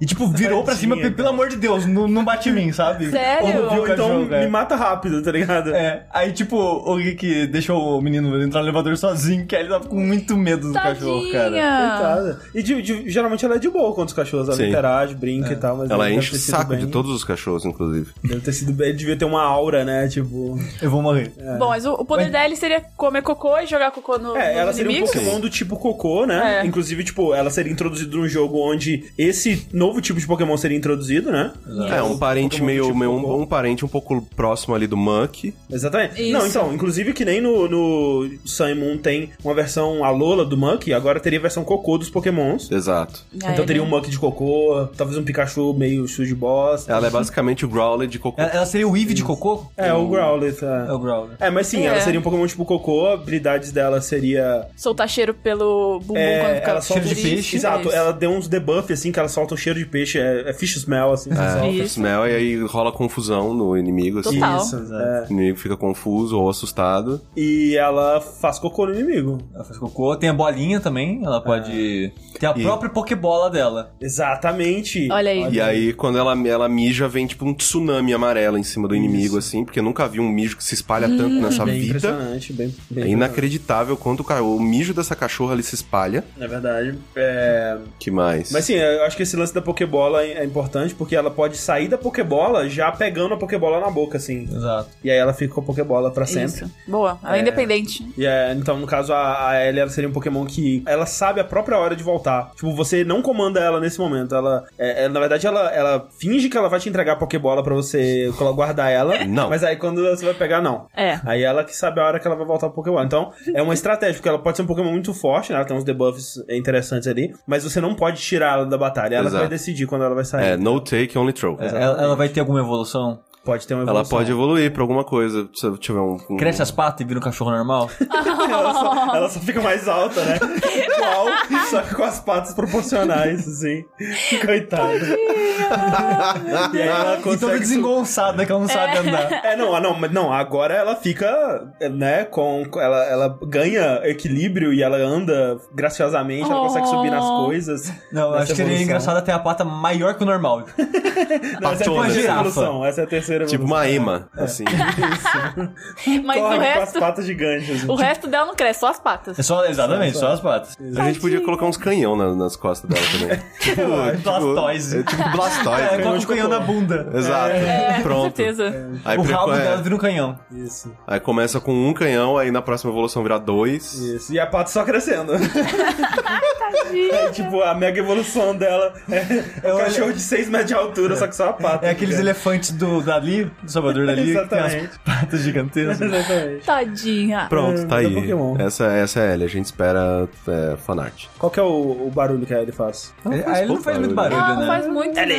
Speaker 2: e, tipo, virou pra cima,
Speaker 4: Tadinha,
Speaker 2: pelo amor de Deus, não, não bate em mim, sabe?
Speaker 3: Sério?
Speaker 2: Ou não viu
Speaker 4: Ou
Speaker 2: o
Speaker 4: então
Speaker 2: cachorro,
Speaker 4: me
Speaker 2: é.
Speaker 4: mata rápido, tá ligado?
Speaker 2: É, aí tipo, o Rick deixou o menino entrar no elevador sozinho, que aí ele tava com muito medo do cachorro, cara.
Speaker 3: Tadinha.
Speaker 4: Coitada. E de- de- geralmente ela é de boa quando os cachorros. Ela
Speaker 1: Sim.
Speaker 4: interage, brinca e tal. Mas
Speaker 1: Ela
Speaker 4: deve
Speaker 1: enche
Speaker 4: ter
Speaker 1: o
Speaker 4: sido
Speaker 1: saco
Speaker 4: bem-
Speaker 1: de todos os cachorros, inclusive.
Speaker 4: Deve ter sido bem. Devia ter uma aura, né? Tipo.
Speaker 2: Eu vou morrer.
Speaker 3: Bom, mas o, o poder
Speaker 2: Mas-
Speaker 3: dela seria comer cocô e jogar cocô no,
Speaker 4: É,
Speaker 3: nos
Speaker 4: ela seria um
Speaker 3: inimigos.
Speaker 4: Pokémon do tipo cocô, né?
Speaker 3: É.
Speaker 4: Inclusive, tipo, ela seria introduzida num jogo onde esse novo tipo de Pokémon seria introduzido, né?
Speaker 1: É, um parente
Speaker 4: Pokémon
Speaker 1: meio.
Speaker 4: tipo
Speaker 1: meio
Speaker 4: Pokémon.
Speaker 1: um, um parente um pouco próximo ali do Monkey.
Speaker 4: Exatamente.
Speaker 3: Isso.
Speaker 4: Não, então, inclusive que nem no, no Sun e Moon tem uma versão Alola do Monkey, agora teria a versão cocô dos Pokémons.
Speaker 1: Exato.
Speaker 3: Aí
Speaker 4: Então
Speaker 3: É, ele- é.
Speaker 4: teria um Monkey de cocô, talvez um Pikachu meio sujo de bosta.
Speaker 1: Ela é basicamente o Growler de cocô.
Speaker 2: Ela, É, ela seria o Eve de cocô?
Speaker 4: É, o Growlithe.
Speaker 2: É o Growler.
Speaker 4: É, mas sim,
Speaker 3: É.
Speaker 4: ela seria um Pokémon tipo cocô, a habilidades dela seria.
Speaker 3: Soltar cheiro pelo bumbum
Speaker 4: É,
Speaker 3: quando fica
Speaker 4: ela solta
Speaker 2: cheiro de
Speaker 3: triste.
Speaker 2: peixe.
Speaker 4: Exato,
Speaker 3: Isso.
Speaker 4: ela deu uns debuff assim, que ela solta um cheiro de peixe, é, é fish smell, assim, que solta.
Speaker 1: É,
Speaker 3: Isso.
Speaker 1: smell, e aí rola confusão no inimigo, assim.
Speaker 3: Total.
Speaker 4: Isso,
Speaker 2: Exato.
Speaker 4: é.
Speaker 1: O inimigo fica confuso ou assustado.
Speaker 4: E ela faz cocô no inimigo.
Speaker 2: Ela faz cocô, tem a bolinha também, ela pode. Tem a própria Pokébola dela.
Speaker 4: Exatamente.
Speaker 3: Olha aí.
Speaker 1: E aí, quando ela, ela mija, vem tipo um tsunami amarelo em cima do inimigo, assim, porque eu nunca vi um mijo que se espalha tanto nessa
Speaker 4: Bem
Speaker 1: vida.
Speaker 4: É impressionante, bem, bem
Speaker 1: É inacreditável quanto o ca- o mijo dessa cachorra ali se espalha.
Speaker 4: impressionante, Na verdade. É...
Speaker 1: Que mais?
Speaker 4: Mas sim, eu acho que esse lance da Pokébola é é importante porque ela pode sair da Pokébola já pegando a Pokébola na boca, assim.
Speaker 2: Exato.
Speaker 4: E aí ela fica com a Pokébola pra sempre.
Speaker 3: Isso. Boa. Ela é, independente.
Speaker 4: E é, então, no caso, a, a Ellie ela seria um Pokémon que ela sabe a própria hora de voltar. Tipo, você não comanda ela nesse momento. Ela, é, é, na verdade, ela, ela finge que ela vai te entregar a Pokébola pra você colo- guardar ela.
Speaker 1: Não.
Speaker 4: Mas aí quando você vai pegar, não.
Speaker 3: É.
Speaker 4: Aí ela que sabe a hora que ela vai voltar pro Pokébola. Então, é uma estratégia, porque ela pode ser um Pokémon muito forte, né? Ela tem uns debuffs interessantes ali. Mas você não pode tirar ela da batalha. Ela
Speaker 1: Exato.
Speaker 4: vai decidir quando ela vai sair.
Speaker 1: É, no take, only throw.
Speaker 2: É, Ela, ela vai ter alguma evolução?
Speaker 4: Pode ter uma
Speaker 1: Ela
Speaker 4: evolução.
Speaker 1: pode evoluir pra alguma coisa. Se eu *laughs* tiver um. um-
Speaker 2: *laughs*
Speaker 3: *laughs*
Speaker 2: Cresce as patas e vira um cachorro normal?
Speaker 4: ela, só, ela só fica mais alta, né? igual, *laughs* só que com as patas proporcionais, assim. Coitado. e aí ela
Speaker 2: E toda
Speaker 4: consegue
Speaker 2: desengonçada que ela não sabe andar.
Speaker 4: É, não, ah, não, mas não, agora ela fica, né, com. Ela, ela ganha equilíbrio e ela anda graciosamente, ela
Speaker 3: Oh.
Speaker 4: consegue subir nas coisas.
Speaker 2: Não, eu
Speaker 4: Essa
Speaker 2: acho que seria
Speaker 4: evolução.
Speaker 2: engraçado ter a pata maior que o normal.
Speaker 4: Não, essa é a
Speaker 1: Patona.
Speaker 4: terceira
Speaker 2: Girafa.
Speaker 4: evolução. Essa é a terceira
Speaker 1: Tipo
Speaker 4: evolução.
Speaker 1: uma ema, assim.
Speaker 3: Mas
Speaker 4: Corre
Speaker 3: o
Speaker 4: com
Speaker 3: resto,
Speaker 4: as patas gigantes. assim.
Speaker 3: o resto dela não cresce, só as patas.
Speaker 2: É só, exatamente, só as patas.
Speaker 1: A gente podia colocar uns canhão na- nas costas dela também. tipo, tipo-
Speaker 2: Blastoise.
Speaker 1: É,
Speaker 2: *laughs*
Speaker 1: tipo Blastoise.
Speaker 2: É,
Speaker 1: né?
Speaker 2: coloca o canhão na bunda.
Speaker 1: Exato.
Speaker 3: É, com
Speaker 1: Pronto.
Speaker 3: certeza.
Speaker 1: Aí,
Speaker 2: o
Speaker 1: pre-
Speaker 2: rabo
Speaker 1: é,
Speaker 2: dela vira um canhão.
Speaker 4: Isso,
Speaker 1: aí começa com um canhão, aí na próxima evolução vira dois.
Speaker 4: isso. E a pata só crescendo. É, tipo, a mega evolução dela é, é um
Speaker 2: Eu olhei-
Speaker 4: cachorro de 6 metros de altura, só que só a tá pata.
Speaker 2: É aqueles
Speaker 4: gigante.
Speaker 2: elefantes do, dali, do Salvador dali, que tem as
Speaker 4: Exatamente.
Speaker 2: patas gigantescas.
Speaker 4: Exatamente.
Speaker 3: Tadinha.
Speaker 1: Pronto,
Speaker 4: É,
Speaker 1: tá
Speaker 4: da
Speaker 1: aí.
Speaker 4: Pokémon.
Speaker 1: Essa, essa é a L, a gente espera é, fanart.
Speaker 4: Qual que é o, o barulho que ele faz?
Speaker 2: Aí ele não faz muito barulho,
Speaker 3: Ah, não
Speaker 2: né?
Speaker 3: faz muito.
Speaker 4: é
Speaker 3: né?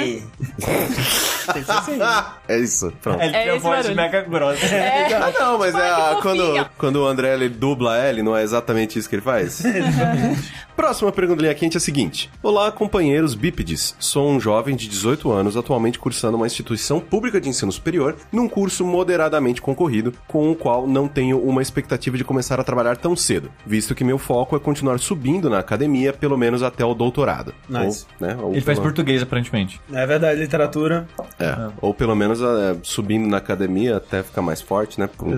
Speaker 4: Tem que ser assim.
Speaker 1: É isso, pronto.
Speaker 2: Ele
Speaker 3: É
Speaker 2: tem a
Speaker 3: esse
Speaker 2: voz
Speaker 3: barulho. É.
Speaker 2: mega grossa.
Speaker 1: Ah, não, mas é,
Speaker 3: Ai,
Speaker 1: a-
Speaker 3: que
Speaker 1: quando,
Speaker 3: fofinha.
Speaker 1: quando o André ele dubla a L, não é exatamente isso que ele
Speaker 3: *laughs*
Speaker 1: faz? Próxima pergunta da linha quente é a seguinte: Olá, companheiros bípedes. Sou um jovem de 18 anos, atualmente cursando uma instituição pública de ensino superior, num curso moderadamente concorrido, com o qual não tenho uma expectativa de começar a trabalhar tão cedo, visto que meu foco é continuar subindo na academia, pelo menos até o doutorado.
Speaker 4: Nice.
Speaker 1: Ou, né, ou
Speaker 2: Ele faz Ah.
Speaker 1: pelo-
Speaker 2: português, aparentemente.
Speaker 4: É verdade, literatura.
Speaker 1: É. Ou pelo menos é, subindo na academia até ficar mais forte, né? Pro-
Speaker 4: Como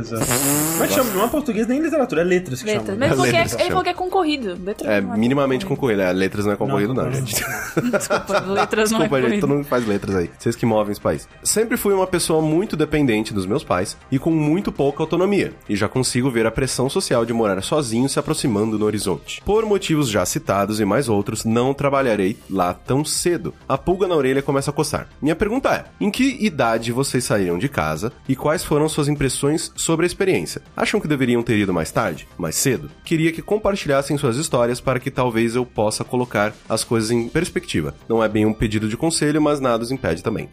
Speaker 4: é que chama? Não é português nem literatura, é letras que
Speaker 3: Letra.
Speaker 4: chama.
Speaker 3: Mas ele falou que
Speaker 1: Letras,
Speaker 3: é- ele falou
Speaker 1: chama.
Speaker 3: que é concorrido. Letras
Speaker 1: É
Speaker 3: não
Speaker 1: minimamente concorrido. É, letras não é concorrido, não, *laughs*
Speaker 4: não.
Speaker 1: gente.
Speaker 3: Desculpa, letras não
Speaker 1: Desculpa,
Speaker 3: é
Speaker 1: gente,
Speaker 3: concorrido.
Speaker 1: todo mundo que faz letras aí. Vocês que movem esse país. Sempre fui uma pessoa muito dependente dos meus pais e com muito pouca autonomia. E já consigo ver a pressão social de morar sozinho se aproximando no horizonte. Por motivos já citados e mais outros, não trabalharei lá tão cedo. A pulga na orelha começa a coçar. Minha pergunta é: em que idade vocês saíram de casa e quais foram suas impressões sobre a experiência? Acham que deveriam ter ido mais tarde? Mais cedo? Queria que compartilhassem suas histórias para que talvez eu possa colocar as coisas em perspectiva. Não é bem um pedido de conselho, mas nada os impede também.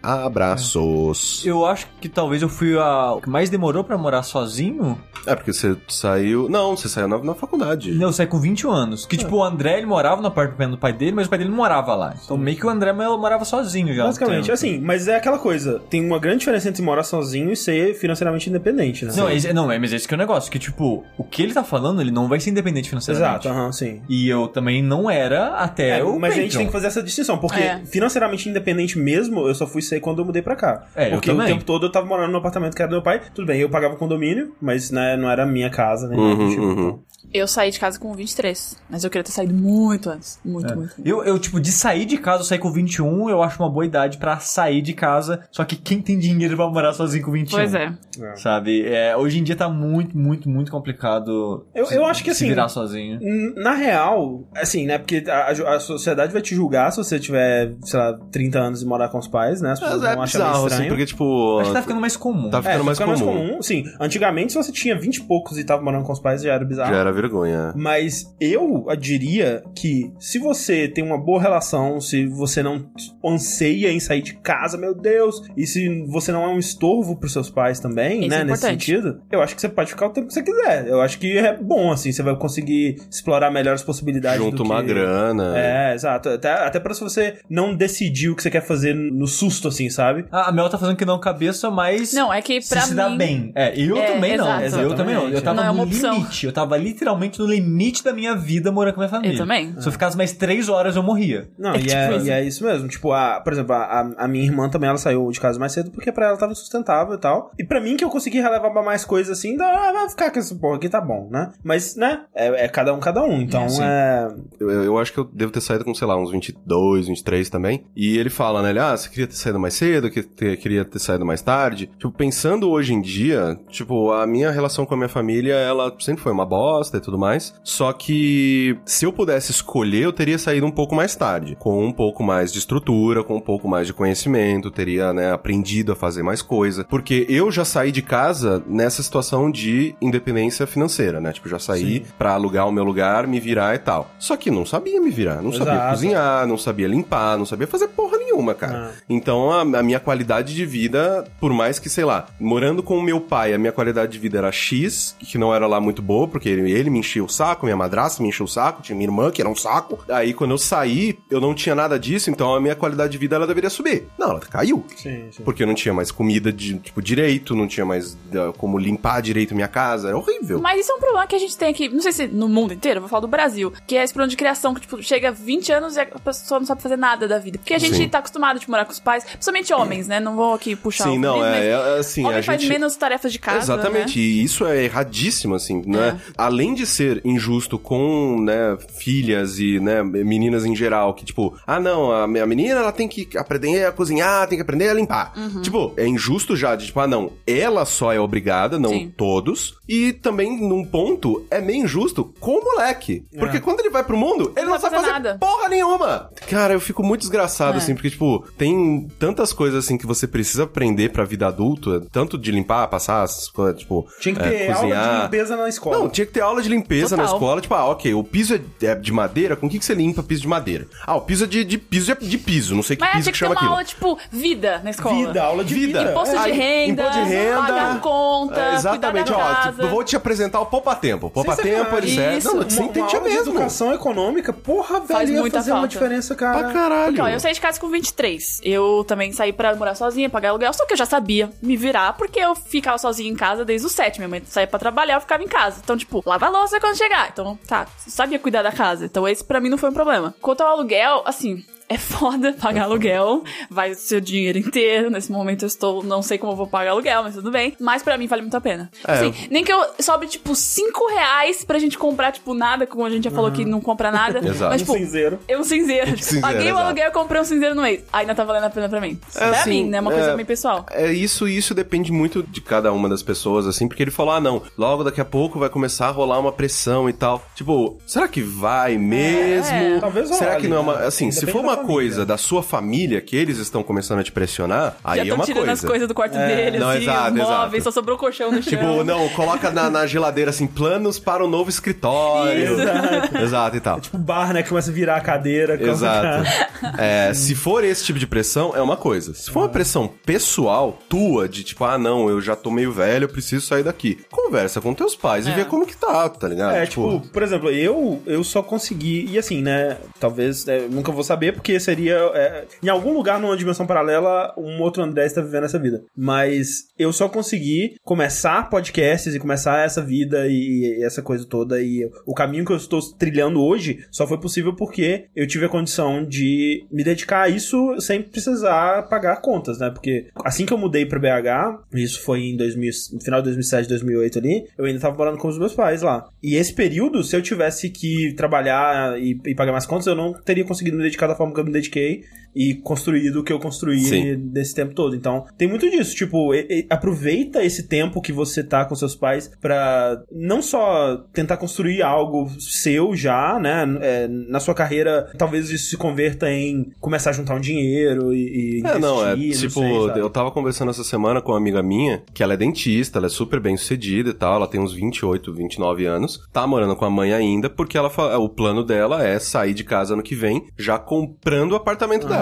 Speaker 1: Abraços.
Speaker 2: Eu acho que talvez eu fui a... o que mais demorou pra morar sozinho.
Speaker 1: É porque você saiu. Não, você saiu na, na faculdade.
Speaker 2: Não, eu saí com 21 anos. Que, tipo, o André, ele morava no apartamento do pai dele, mas o pai dele não morava lá. Então, meio que o André mas ele morava sozinho já.
Speaker 4: Basicamente,
Speaker 2: Tem-
Speaker 4: assim, mas é aquela coisa. Tem uma grande diferença entre morar sozinho e ser financeiramente independente, né?
Speaker 2: Não, esse, não, é, mas esse que é o negócio. Que, tipo, o que ele tá falando, ele não vai ser independente financeiramente.
Speaker 4: Exato, aham, sim.
Speaker 2: E eu também não era até
Speaker 4: É,
Speaker 2: o
Speaker 4: mas a gente
Speaker 2: Patreon.
Speaker 4: tem que fazer essa distinção, porque
Speaker 3: É.
Speaker 4: financeiramente independente mesmo, eu só fui ser quando eu mudei pra cá.
Speaker 2: É, eu
Speaker 4: porque o
Speaker 2: também.
Speaker 4: tempo todo eu tava morando num apartamento que era do meu pai. Tudo bem, eu pagava o condomínio, mas né, não era minha casa, né?
Speaker 1: Uhum,
Speaker 4: nada do tipo,
Speaker 1: uhum.
Speaker 4: então.
Speaker 3: Eu saí de casa com 23, mas eu queria ter saído muito antes. Muito, muito.
Speaker 2: Eu, eu, tipo, de sair de casa, eu saí com 21, eu acho uma boa idade pra sair de casa. Só que quem tem dinheiro vai morar sozinho com 21.
Speaker 3: Pois é.
Speaker 2: Sabe? É, hoje em dia tá muito, muito, muito complicado
Speaker 4: Eu- eu acho que
Speaker 2: se
Speaker 4: assim-
Speaker 2: virar sozinho.
Speaker 4: N- É. Na real, assim, né? Porque a, a- a sociedade vai te julgar se você tiver, sei lá, 30 anos e morar com os pais, né? As pessoas
Speaker 1: Mas é
Speaker 4: vão achar meio
Speaker 1: bizarro,
Speaker 4: estranho.
Speaker 1: assim, porque, tipo.
Speaker 2: Acho que tá ficando mais comum.
Speaker 1: tá
Speaker 4: É,
Speaker 1: ficando mais comum.
Speaker 4: Sim, antigamente se você tinha 20 e poucos e tava morando com os pais já era bizarro.
Speaker 1: Já era vergonha.
Speaker 4: Mas eu diria que se você tem uma boa relação, se você não anseia em sair de casa, meu Deus, e se você não é um estorvo pros seus pais também,
Speaker 3: Isso
Speaker 4: né,
Speaker 3: é
Speaker 4: nesse
Speaker 3: importante.
Speaker 4: sentido, eu acho que você pode ficar o tempo que você quiser. Eu acho que é bom, assim, você vai conseguir explorar melhor as possibilidades
Speaker 1: Junto
Speaker 4: do
Speaker 1: uma
Speaker 4: que...
Speaker 1: grana.
Speaker 4: É, exato. Até, até pra se você não decidir o que você quer fazer no susto, assim, sabe?
Speaker 2: A a Mel tá fazendo que não cabeça, mas.
Speaker 3: Não, é que
Speaker 2: se
Speaker 3: pra
Speaker 2: se
Speaker 3: mim.
Speaker 2: dá bem. É, eu
Speaker 3: É,
Speaker 2: também não.
Speaker 3: exato.
Speaker 2: Eu também não. Eu
Speaker 4: Exatamente.
Speaker 2: tava
Speaker 3: Não, é uma
Speaker 2: no
Speaker 3: opção.
Speaker 2: limite. Eu tava literalmente no limite da minha vida morando com a minha família.
Speaker 3: Eu também.
Speaker 2: Se eu ficasse mais três horas, eu morria.
Speaker 4: Não,
Speaker 3: É
Speaker 4: e,
Speaker 3: tipo
Speaker 4: é,
Speaker 3: isso.
Speaker 4: e é isso mesmo. Tipo, a, por exemplo, a, a- a minha irmã também ela saiu de casa mais cedo porque pra ela tava insustentável e tal. E pra mim que eu consegui relevar pra mais coisas assim, dá, ah, vai ficar com essa porra aqui, tá bom, né? Mas, né? É, é cada um, cada um. Então,
Speaker 2: É, sim.
Speaker 4: é.
Speaker 1: Eu, eu acho que eu devo ter saído com, sei lá, uns 22, 23 também. E ele fala, né? Ele, ah, você queria ter saído mais cedo, que te- queria ter saído mais tarde. Tipo, pensando hoje em dia, tipo, a minha relação com a minha família, ela sempre foi uma bosta e tudo mais. Só que se eu pudesse escolher, eu teria saído um pouco mais tarde. Com um pouco mais de estrutura, com um pouco mais de conhecimento, teria, né, aprendido a fazer mais coisa. Porque eu já saí de casa nessa situação de independência financeira, né? Tipo, já saí pra alugar o meu lugar, me virar e tal. Só que não sabia me virar, não sabia
Speaker 4: Exato. Ah.
Speaker 1: cozinhar, não sabia limpar, não sabia fazer porra nenhuma. nenhuma, cara. Então a, a minha qualidade de vida, por mais que, sei lá, morando com o meu pai, a minha qualidade de vida era X, que não era lá muito boa, porque ele, ele me enchia o saco, minha madrasta me enchia o saco, tinha minha irmã que era um saco. Aí quando eu saí, eu não tinha nada disso, então a minha qualidade de vida ela deveria subir. Não, ela caiu.
Speaker 4: Sim, sim.
Speaker 1: Porque eu não tinha mais comida de, tipo, direito, não tinha mais ah, como limpar direito minha casa, era horrível.
Speaker 3: Mas isso é um problema que a gente tem aqui, não sei se no mundo inteiro, eu vou falar do Brasil, que é esse problema de criação, que, tipo, chega 20 anos e a pessoa não sabe fazer nada da vida. Porque a gente
Speaker 1: Sim.
Speaker 3: tá acostumado de morar com os pais, principalmente homens, né? Não vou aqui puxar
Speaker 1: Sim,
Speaker 3: o
Speaker 1: não,
Speaker 3: feminismo,
Speaker 1: é,
Speaker 3: mas
Speaker 1: é, assim,
Speaker 3: homem
Speaker 1: a
Speaker 3: faz
Speaker 1: gente...
Speaker 3: menos tarefas de casa,
Speaker 1: Exatamente,
Speaker 3: né? É.
Speaker 1: e isso é erradíssimo, assim, né? Além de ser injusto com, né, filhas e, né, meninas em geral, que tipo, ah, não, a minha menina, ela tem que aprender a cozinhar, tem que aprender a limpar.
Speaker 3: Uhum.
Speaker 1: Tipo, é injusto já, de tipo, ah, não, ela só é obrigada, não
Speaker 3: Sim.
Speaker 1: todos. E também, num ponto, é meio injusto com o moleque. Porque quando ele vai pro mundo, ele não, sabe fazer
Speaker 3: nada.
Speaker 1: porra nenhuma. Cara, eu fico muito desgraçado,
Speaker 3: É.
Speaker 1: assim, porque, tipo, tem tantas coisas, assim, que você precisa aprender pra vida adulta, tanto de limpar, passar, essas coisas, tipo,
Speaker 4: Tinha que
Speaker 1: é,
Speaker 4: ter aula de limpeza na escola.
Speaker 1: Não, tinha que ter aula de limpeza na
Speaker 3: Total.
Speaker 1: escola. Tipo, ah, ok, o piso é é de madeira, com o que, que você limpa piso de madeira? Ah, o piso é de, de piso, é de piso, não sei que
Speaker 3: Mas
Speaker 1: piso
Speaker 3: tinha
Speaker 1: que
Speaker 3: que ter
Speaker 1: chama
Speaker 3: uma
Speaker 1: aquilo.
Speaker 3: aula, tipo, vida na escola.
Speaker 4: Vida, aula de vida.
Speaker 1: Vida.
Speaker 3: Imposto de
Speaker 1: Aí,
Speaker 3: renda,
Speaker 1: imposto de renda,
Speaker 3: pagar conta,
Speaker 1: É, exatamente,
Speaker 3: cuidar da
Speaker 1: ó,
Speaker 3: casa.
Speaker 1: tipo, vou te apresentar o poupa-tempo. Poupa-tempo,
Speaker 4: sacanagem.
Speaker 1: eles é. Não,
Speaker 4: Uma-
Speaker 1: você
Speaker 4: uma
Speaker 1: entende
Speaker 4: aula de
Speaker 1: mesmo.
Speaker 4: educação econômica, porra, velho, ia
Speaker 3: muita
Speaker 4: fazer uma
Speaker 3: falta.
Speaker 4: diferença,
Speaker 1: Pra
Speaker 4: cara.
Speaker 1: caralho.
Speaker 3: Porque, ó, Então, eu saí de casa com 23. Eu também saí pra morar sozinha, pagar aluguel, só que eu já sabia me virar, porque eu ficava sozinha em casa desde os 7. Minha mãe saía pra trabalhar, eu ficava em casa. Então, tipo, lava a louça quando chegar. Então, tá, eu sabia cuidar da casa. Então, esse pra mim não foi um problema. Quanto ao aluguel, assim. É foda *laughs* pagar aluguel, vai o seu dinheiro inteiro. Nesse momento eu estou, não sei como eu vou pagar aluguel, mas tudo bem. Mas pra mim vale muito a pena.
Speaker 1: É.
Speaker 3: Assim, nem que eu sobe tipo 5 reais pra gente comprar, tipo, nada, como a gente já falou que não compra nada.
Speaker 1: Uhum. *laughs* Exato.
Speaker 3: Mas,
Speaker 4: Um
Speaker 3: tipo,
Speaker 4: cinzeiro.
Speaker 3: é um cinzeiro.
Speaker 1: Cinzeiro,
Speaker 3: Paguei o
Speaker 1: exato.
Speaker 3: aluguel e comprei um cinzeiro no mês. Ainda tá valendo a pena pra mim. pra
Speaker 1: assim,
Speaker 3: mim, né? Uma coisa
Speaker 1: é-
Speaker 3: bem pessoal.
Speaker 1: É isso, e isso depende muito de cada uma das pessoas, assim, porque ele falou: ah, não, logo daqui a pouco vai começar a rolar uma pressão e tal. Tipo, será que vai mesmo?
Speaker 3: É.
Speaker 4: Talvez
Speaker 1: Será
Speaker 4: role,
Speaker 1: que não é uma.
Speaker 4: né?
Speaker 1: Assim, se
Speaker 4: Depende
Speaker 1: for uma
Speaker 4: da família.
Speaker 1: coisa da sua família que eles estão começando a te pressionar, aí
Speaker 3: Já
Speaker 1: é
Speaker 3: estão
Speaker 1: uma
Speaker 3: tirando
Speaker 1: coisa. É,
Speaker 3: as coisas do quarto dele,
Speaker 1: Não,
Speaker 3: assim,
Speaker 1: exato,
Speaker 3: os móveis,
Speaker 1: exato.
Speaker 3: só sobrou o colchão no chão.
Speaker 1: Tipo, não, coloca na, na geladeira assim, planos para o novo escritório.
Speaker 3: *laughs*
Speaker 4: Exato.
Speaker 1: Exato e tal.
Speaker 4: Tipo, bar, né? que Começa a virar a cadeira. começa-
Speaker 1: Exato. É, se for esse tipo de pressão, é uma coisa. Se for uma pressão pessoal, tua, de tipo, ah, não, eu já tô meio velho, eu preciso sair daqui. Conversa com teus pais e
Speaker 3: É.
Speaker 1: vê como que tá, tá ligado?
Speaker 4: É, tipo, por exemplo, eu, eu só consegui, e assim, né? Talvez é, eu nunca vou saber, porque seria. é, em algum lugar, numa dimensão paralela, um outro André está vivendo essa vida. Mas eu só consegui começar podcasts e começar essa vida e, e essa coisa toda. E o caminho que eu estou trilhando hoje só foi possível porque eu tive a condição de me dedicar a isso sem precisar pagar contas, né? Porque assim que eu mudei pra BH, isso foi em 2000, no final de 2007, 2008 ali, eu ainda tava morando com os meus pais lá. E esse período, se eu tivesse que trabalhar e, e pagar mais contas, eu não teria conseguido me dedicar da forma que eu me dediquei e construído o que eu construí
Speaker 1: Sim.
Speaker 4: nesse tempo todo. Então, tem muito disso. Tipo, e- e- aproveita esse tempo que você tá com seus pais pra não só tentar construir algo seu já, né? n- é, na sua carreira, talvez isso se converta em começar a juntar um dinheiro e, e
Speaker 1: É, não, é
Speaker 4: investir,
Speaker 1: tipo,
Speaker 4: sei, sabe?
Speaker 1: eu tava conversando essa semana com uma amiga minha, que ela é dentista, ela é super bem sucedida e tal, ela tem uns 28, 29 anos, tá morando com a mãe ainda, porque ela fa- o plano dela é sair de casa ano que vem, já comprando o apartamento dela.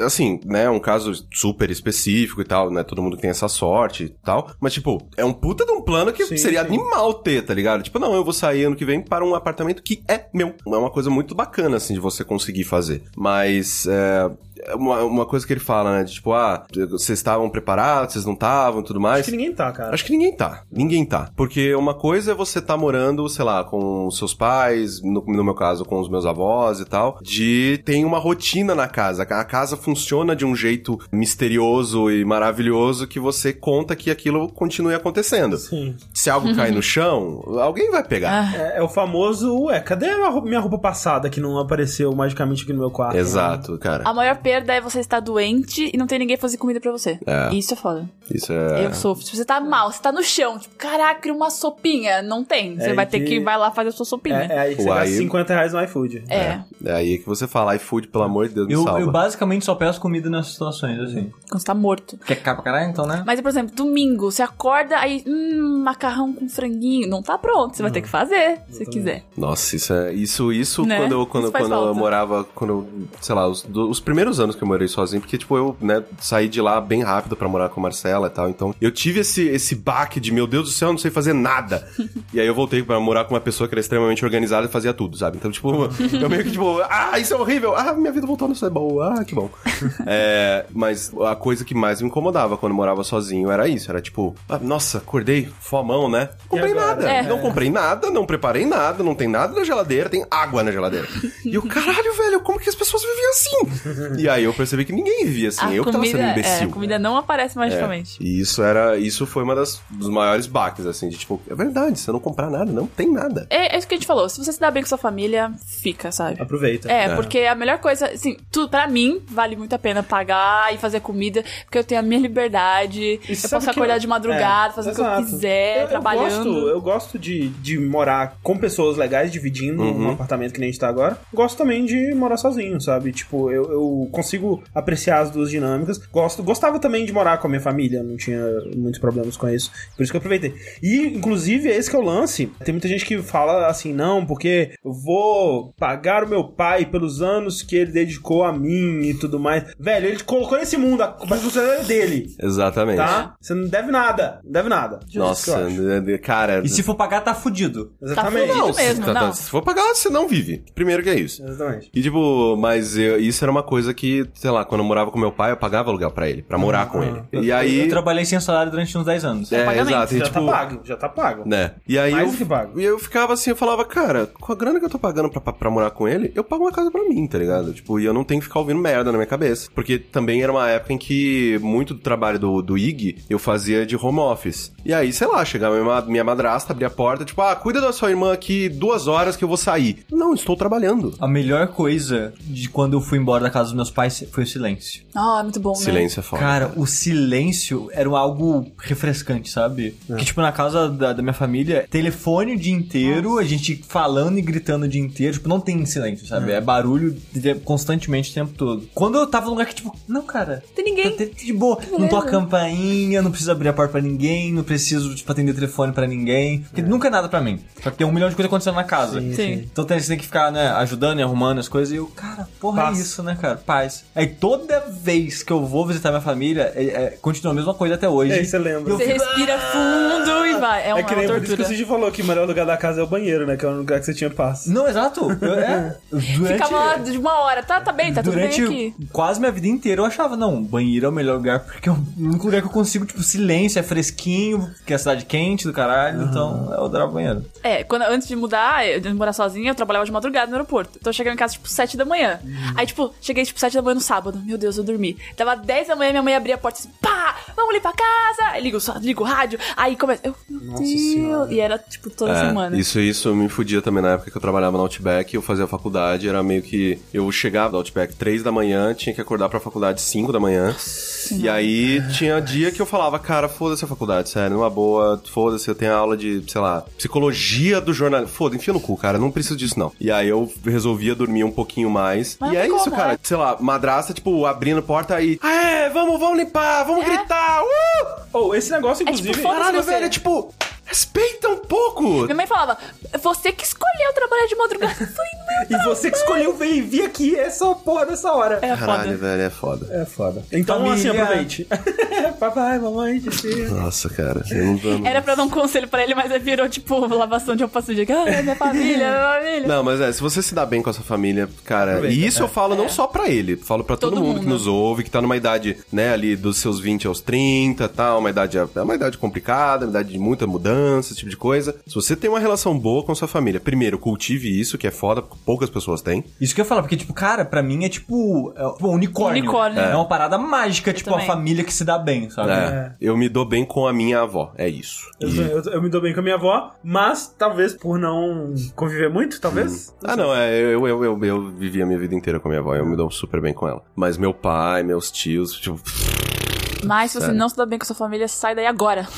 Speaker 1: Assim, né, é um caso super específico e tal, né, todo mundo tem essa sorte e tal, mas tipo, é um puta de um plano que
Speaker 4: Sim,
Speaker 1: seria
Speaker 4: sim.
Speaker 1: animal ter, tá ligado? Tipo, não, eu vou sair ano que vem para um apartamento que é meu. É uma coisa muito bacana, assim, de você conseguir fazer. Mas, é, é uma, uma coisa que ele fala, né? De, tipo, ah, vocês estavam preparados, vocês não estavam e tudo mais.
Speaker 4: Acho que ninguém tá, cara.
Speaker 1: Acho que ninguém tá. Ninguém tá. Porque uma coisa é você tá morando, sei lá, com os seus pais, no, no meu caso, com os meus avós e tal, de tem uma rotina na casa. A casa funciona de um jeito misterioso e maravilhoso que você conta que aquilo continue acontecendo.
Speaker 4: Sim.
Speaker 1: Se algo cai no chão, alguém vai pegar.
Speaker 4: É, é o famoso, ué, cadê a roupa- minha roupa passada que não apareceu magicamente aqui no meu quarto?
Speaker 1: Exato, cara.
Speaker 3: Ah, A maior perda é você estar doente e não ter ninguém fazer comida pra você.
Speaker 1: É.
Speaker 3: Isso é foda.
Speaker 1: Isso é.
Speaker 3: Eu sofro. Tipo, você tá mal, você tá no chão. Tipo, caraca, uma sopinha. Não tem. Você
Speaker 4: É
Speaker 3: vai ter
Speaker 4: que-
Speaker 3: que... ir vai lá fazer a sua
Speaker 4: É,
Speaker 3: sopinha.
Speaker 4: é aí que você
Speaker 1: Uai.
Speaker 4: gasta 50 reais no iFood.
Speaker 3: É.
Speaker 1: É aí que você fala, iFood, pelo amor de Deus, me
Speaker 2: Eu,
Speaker 1: salva.
Speaker 2: eu basicamente só peço comida nessas situações, assim.
Speaker 3: Quando você tá morto.
Speaker 2: Quer cá pra caralho, então, né?
Speaker 3: Mas, por exemplo, domingo, você acorda, aí, hum, macarrão com franguinho. Não tá pronto. Você vai ter que fazer, se quiser.
Speaker 1: Nossa, isso é. Isso, isso
Speaker 3: Né?
Speaker 1: quando, eu- quando,
Speaker 3: Isso faz
Speaker 1: quando eu
Speaker 3: falta.
Speaker 1: morava. Quando, eu, sei lá, os, do- os primeiros anos que eu morei sozinho, porque, tipo, eu, né, saí de lá bem rápido pra morar com a Marcela e tal. Então, eu tive esse, esse baque de, meu Deus do céu, eu não sei fazer
Speaker 3: *laughs*
Speaker 1: nada. e aí eu voltei pra morar com uma pessoa que era extremamente organizada e fazia tudo, sabe? Então, tipo, eu meio que, tipo, ah, isso é horrível! Ah, minha vida voltou a não ser boa, ah, que bom. É, mas a coisa que mais me incomodava quando eu morava sozinho era isso. Era tipo, ah, nossa, acordei, fomão, né? Comprei
Speaker 4: agora?
Speaker 1: nada.
Speaker 3: É.
Speaker 1: Não comprei nada, não preparei nada, não tem nada na geladeira, tem água na
Speaker 3: *laughs*
Speaker 1: geladeira. e eu, caralho, velho, como que as pessoas viviam assim? e aí eu percebi que ninguém vivia assim,
Speaker 3: a
Speaker 1: eu que tava sendo
Speaker 3: comida, é,
Speaker 1: imbecil.
Speaker 3: a comida não aparece magicamente.
Speaker 1: E isso era. Isso foi uma das dos maiores baques, assim, de tipo, é verdade, se eu não comprar nada, não tem nada.
Speaker 3: É. é isso que a gente falou. Se você se dá bem com sua família, fica, sabe?
Speaker 4: Aproveita.
Speaker 3: É, porque a melhor coisa, assim, tudo pra mim vale muito a pena pagar e fazer comida, porque eu tenho a minha liberdade,
Speaker 4: E
Speaker 3: eu
Speaker 4: sabe
Speaker 3: posso
Speaker 4: que
Speaker 3: acordar de madrugada,
Speaker 4: é,
Speaker 3: fazer o que eu
Speaker 4: exato.
Speaker 3: quiser, trabalhando.
Speaker 4: Eu gosto, eu gosto de, de morar com pessoas legais, dividindo um apartamento que nem a gente tá agora. Gosto também de morar sozinho, sabe? Tipo, eu, eu consigo apreciar as duas dinâmicas. Gosto, gostava também de morar com a minha família, não tinha muitos problemas com isso. Por isso que eu aproveitei. E, inclusive, esse que é o lance. Tem muita gente que fala assim, não, porque eu vou pagar o meu pai pelos anos que ele dedicou a mim e tudo mais. Velho, ele te colocou nesse mundo, a responsabilidade é dele.
Speaker 1: Exatamente.
Speaker 4: Tá? Você não deve nada. Não deve nada. Justo, eu
Speaker 1: Nossa,
Speaker 4: acho.
Speaker 1: cara.
Speaker 2: E se for pagar, tá fudido.
Speaker 4: Exatamente.
Speaker 3: Tá
Speaker 1: não,
Speaker 3: Isso mesmo,
Speaker 1: se, tá-
Speaker 3: não.
Speaker 1: se for pagar, você não vive. Primeiro que é isso.
Speaker 4: Exatamente.
Speaker 1: E tipo, mas eu- isso era uma coisa que, sei lá, quando eu morava com meu pai, eu pagava aluguel pra ele, pra morar com
Speaker 4: Ah,
Speaker 1: ele. E
Speaker 2: Eu
Speaker 1: aí.
Speaker 2: trabalhei sem salário durante uns 10 anos.
Speaker 1: É,
Speaker 3: pagamento,
Speaker 1: exato. E,
Speaker 4: Já
Speaker 1: tipo,
Speaker 4: tá pago, já tá pago.
Speaker 1: né? E aí
Speaker 4: Mais
Speaker 1: eu,
Speaker 4: do que pago.
Speaker 1: e eu ficava assim, eu falava, cara, com a grana que eu tô pagando pra, pra, pra morar com ele, eu pago uma casa pra mim, tá ligado? Tipo, e eu não tenho que ficar ouvindo merda na minha cabeça. Porque também era uma época em que muito do trabalho do, do IG eu fazia de home office. E aí, sei lá, chegava minha, ma- minha madrasta, abria a porta, tipo, ah, cuida da sua irmã aqui duas horas que eu vou sair. Não, estou trabalhando.
Speaker 2: A melhor coisa de quando eu fui embora da casa dos meus pais foi o silêncio.
Speaker 3: Ah, é muito bom, né?
Speaker 1: Silêncio é foda.
Speaker 2: Cara, o silêncio era algo refrescante, sabe? Que, tipo, na casa da, da minha família, telefone o dia inteiro, a gente falando e gritando o dia inteiro. Tipo, não tem silêncio, sabe? É, barulho de- constantemente o tempo todo. Quando eu tava num lugar que, tipo, não, cara.
Speaker 3: Tem ninguém.
Speaker 2: Tá, tá de boa. Não toca campainha, não preciso abrir a porta pra ninguém, não preciso, tipo, atender telefone pra ninguém. Porque nunca é nada pra mim. Só que tem um milhão de coisas acontecendo na casa.
Speaker 3: sim.
Speaker 2: Então tem, você tem que ficar, né, ajudando e arrumando as coisas. E eu, cara, porra,
Speaker 4: Paz.
Speaker 2: é isso, né, cara? Paz. Aí toda vez que eu vou visitar minha família, é- é- continua a mesma coisa até hoje.
Speaker 4: É, você lembra.
Speaker 2: Eu
Speaker 3: Você
Speaker 2: fico,
Speaker 3: respira fundo e vai. É uma,
Speaker 4: É que
Speaker 3: uma
Speaker 4: nem por isso que o
Speaker 3: tortura.
Speaker 4: Cid falou que o melhor lugar da casa é o banheiro, né? Que é o lugar que você tinha paz.
Speaker 2: Não, exato. Eu-
Speaker 4: *laughs*
Speaker 2: é. Durante,
Speaker 3: Ficava lá de uma hora. Tá, tá bem, tá
Speaker 2: durante
Speaker 3: tudo bem aqui.
Speaker 2: quase minha vida inteira eu achava, não, banheiro é o melhor lugar, porque é o único lugar que eu consigo, tipo, silêncio, é fresquinho, que é a cidade quente do caralho, então eu adoro banheiro.
Speaker 3: É, quando, antes de mudar, eu de morar sozinha, eu trabalhava de madrugada no aeroporto. Então eu chegava em casa, tipo, 7 da manhã. Aí, tipo, cheguei, tipo, 7 da manhã no sábado. Meu Deus, eu dormi. Dava 10 da manhã, minha mãe abria a porta assim, pá, vamos limpar a casa. Aí ligo, só, ligo o rádio. Aí começa, eu, meu Deus.
Speaker 4: Senhora.
Speaker 3: E era, tipo, toda
Speaker 1: É,
Speaker 3: semana.
Speaker 1: Isso, isso me fudia também na época que eu trabalhava no Outback, eu fazia faculdade, era meio que. Eu chegava do Outback 3 da manhã, tinha que acordar pra faculdade 5 da manhã. E aí tinha dia que eu falava, cara, foda-se a faculdade, sério, numa boa, foda-se, eu tenho aula de, sei lá, psicologia do jornalismo. Foda, enfia no cu, cara, não preciso disso não. E aí eu resolvia dormir um pouquinho mais.
Speaker 3: Mas
Speaker 1: e
Speaker 3: não
Speaker 1: é
Speaker 3: tem
Speaker 1: isso,
Speaker 3: como,
Speaker 1: cara.
Speaker 3: né?
Speaker 1: Sei lá, madrasta, tipo, abrindo porta aí. Ah, é, vamos, vamos limpar, vamos gritar, uh!
Speaker 4: Ou Oh, esse negócio,
Speaker 3: É tipo,
Speaker 4: inclusive.
Speaker 3: foda-se
Speaker 1: Caralho,
Speaker 3: você.
Speaker 1: velho, é tipo, respeita um pouco!
Speaker 3: Minha mãe falava, você que escolheu trabalhar de madrugada. *laughs* Eu falei, não,
Speaker 4: e você que escolheu vir, vir aqui essa porra dessa hora.
Speaker 3: era
Speaker 1: Caralho,
Speaker 3: foda.
Speaker 1: velho, é foda.
Speaker 4: É foda. Então,
Speaker 2: Família.
Speaker 4: assim, *laughs* aproveite. Papai, mamãe, tio.
Speaker 1: Nossa, cara. Eu não, eu não...
Speaker 3: Era pra dar um conselho pra ele, mas aí virou, tipo, lavação de roupa suja. Ah, é minha família, é minha
Speaker 1: *laughs*
Speaker 3: família.
Speaker 1: Não, mas é, se você se dá bem com a sua família, cara,
Speaker 4: Aproveita, é.
Speaker 1: e isso eu falo não só pra ele, falo pra É. todo,
Speaker 3: Todo
Speaker 1: mundo, que
Speaker 3: mundo.
Speaker 1: nos ouve, que tá numa idade, né, ali dos seus 20 aos 30, tal, uma idade, é uma idade complicada, uma idade de muita mudança, esse tipo de coisa. Se você tem uma relação boa com a sua família, primeiro, cultive isso, que é foda, poucas pessoas têm.
Speaker 2: Isso que eu ia falar, porque, tipo, cara, pra mim é tipo. É, tipo, um unicórnio.
Speaker 3: Unicórnio.
Speaker 2: É. uma parada mágica, tipo,
Speaker 3: também.
Speaker 2: a família que se dá bem, sabe?
Speaker 1: É, Eu me dou bem com a minha avó, é isso.
Speaker 4: Eu,
Speaker 1: E-
Speaker 4: eu- eu me dou bem com a minha avó, mas talvez por não conviver muito, talvez.
Speaker 1: Ah, não, é, eu, eu, eu, eu vivi a minha vida inteira com a minha avó, eu me dou super bem com ela. Mas meu pai, meus tios, tipo,
Speaker 3: Mas se você
Speaker 1: Sério.
Speaker 3: não se dá bem com a sua família, sai daí agora.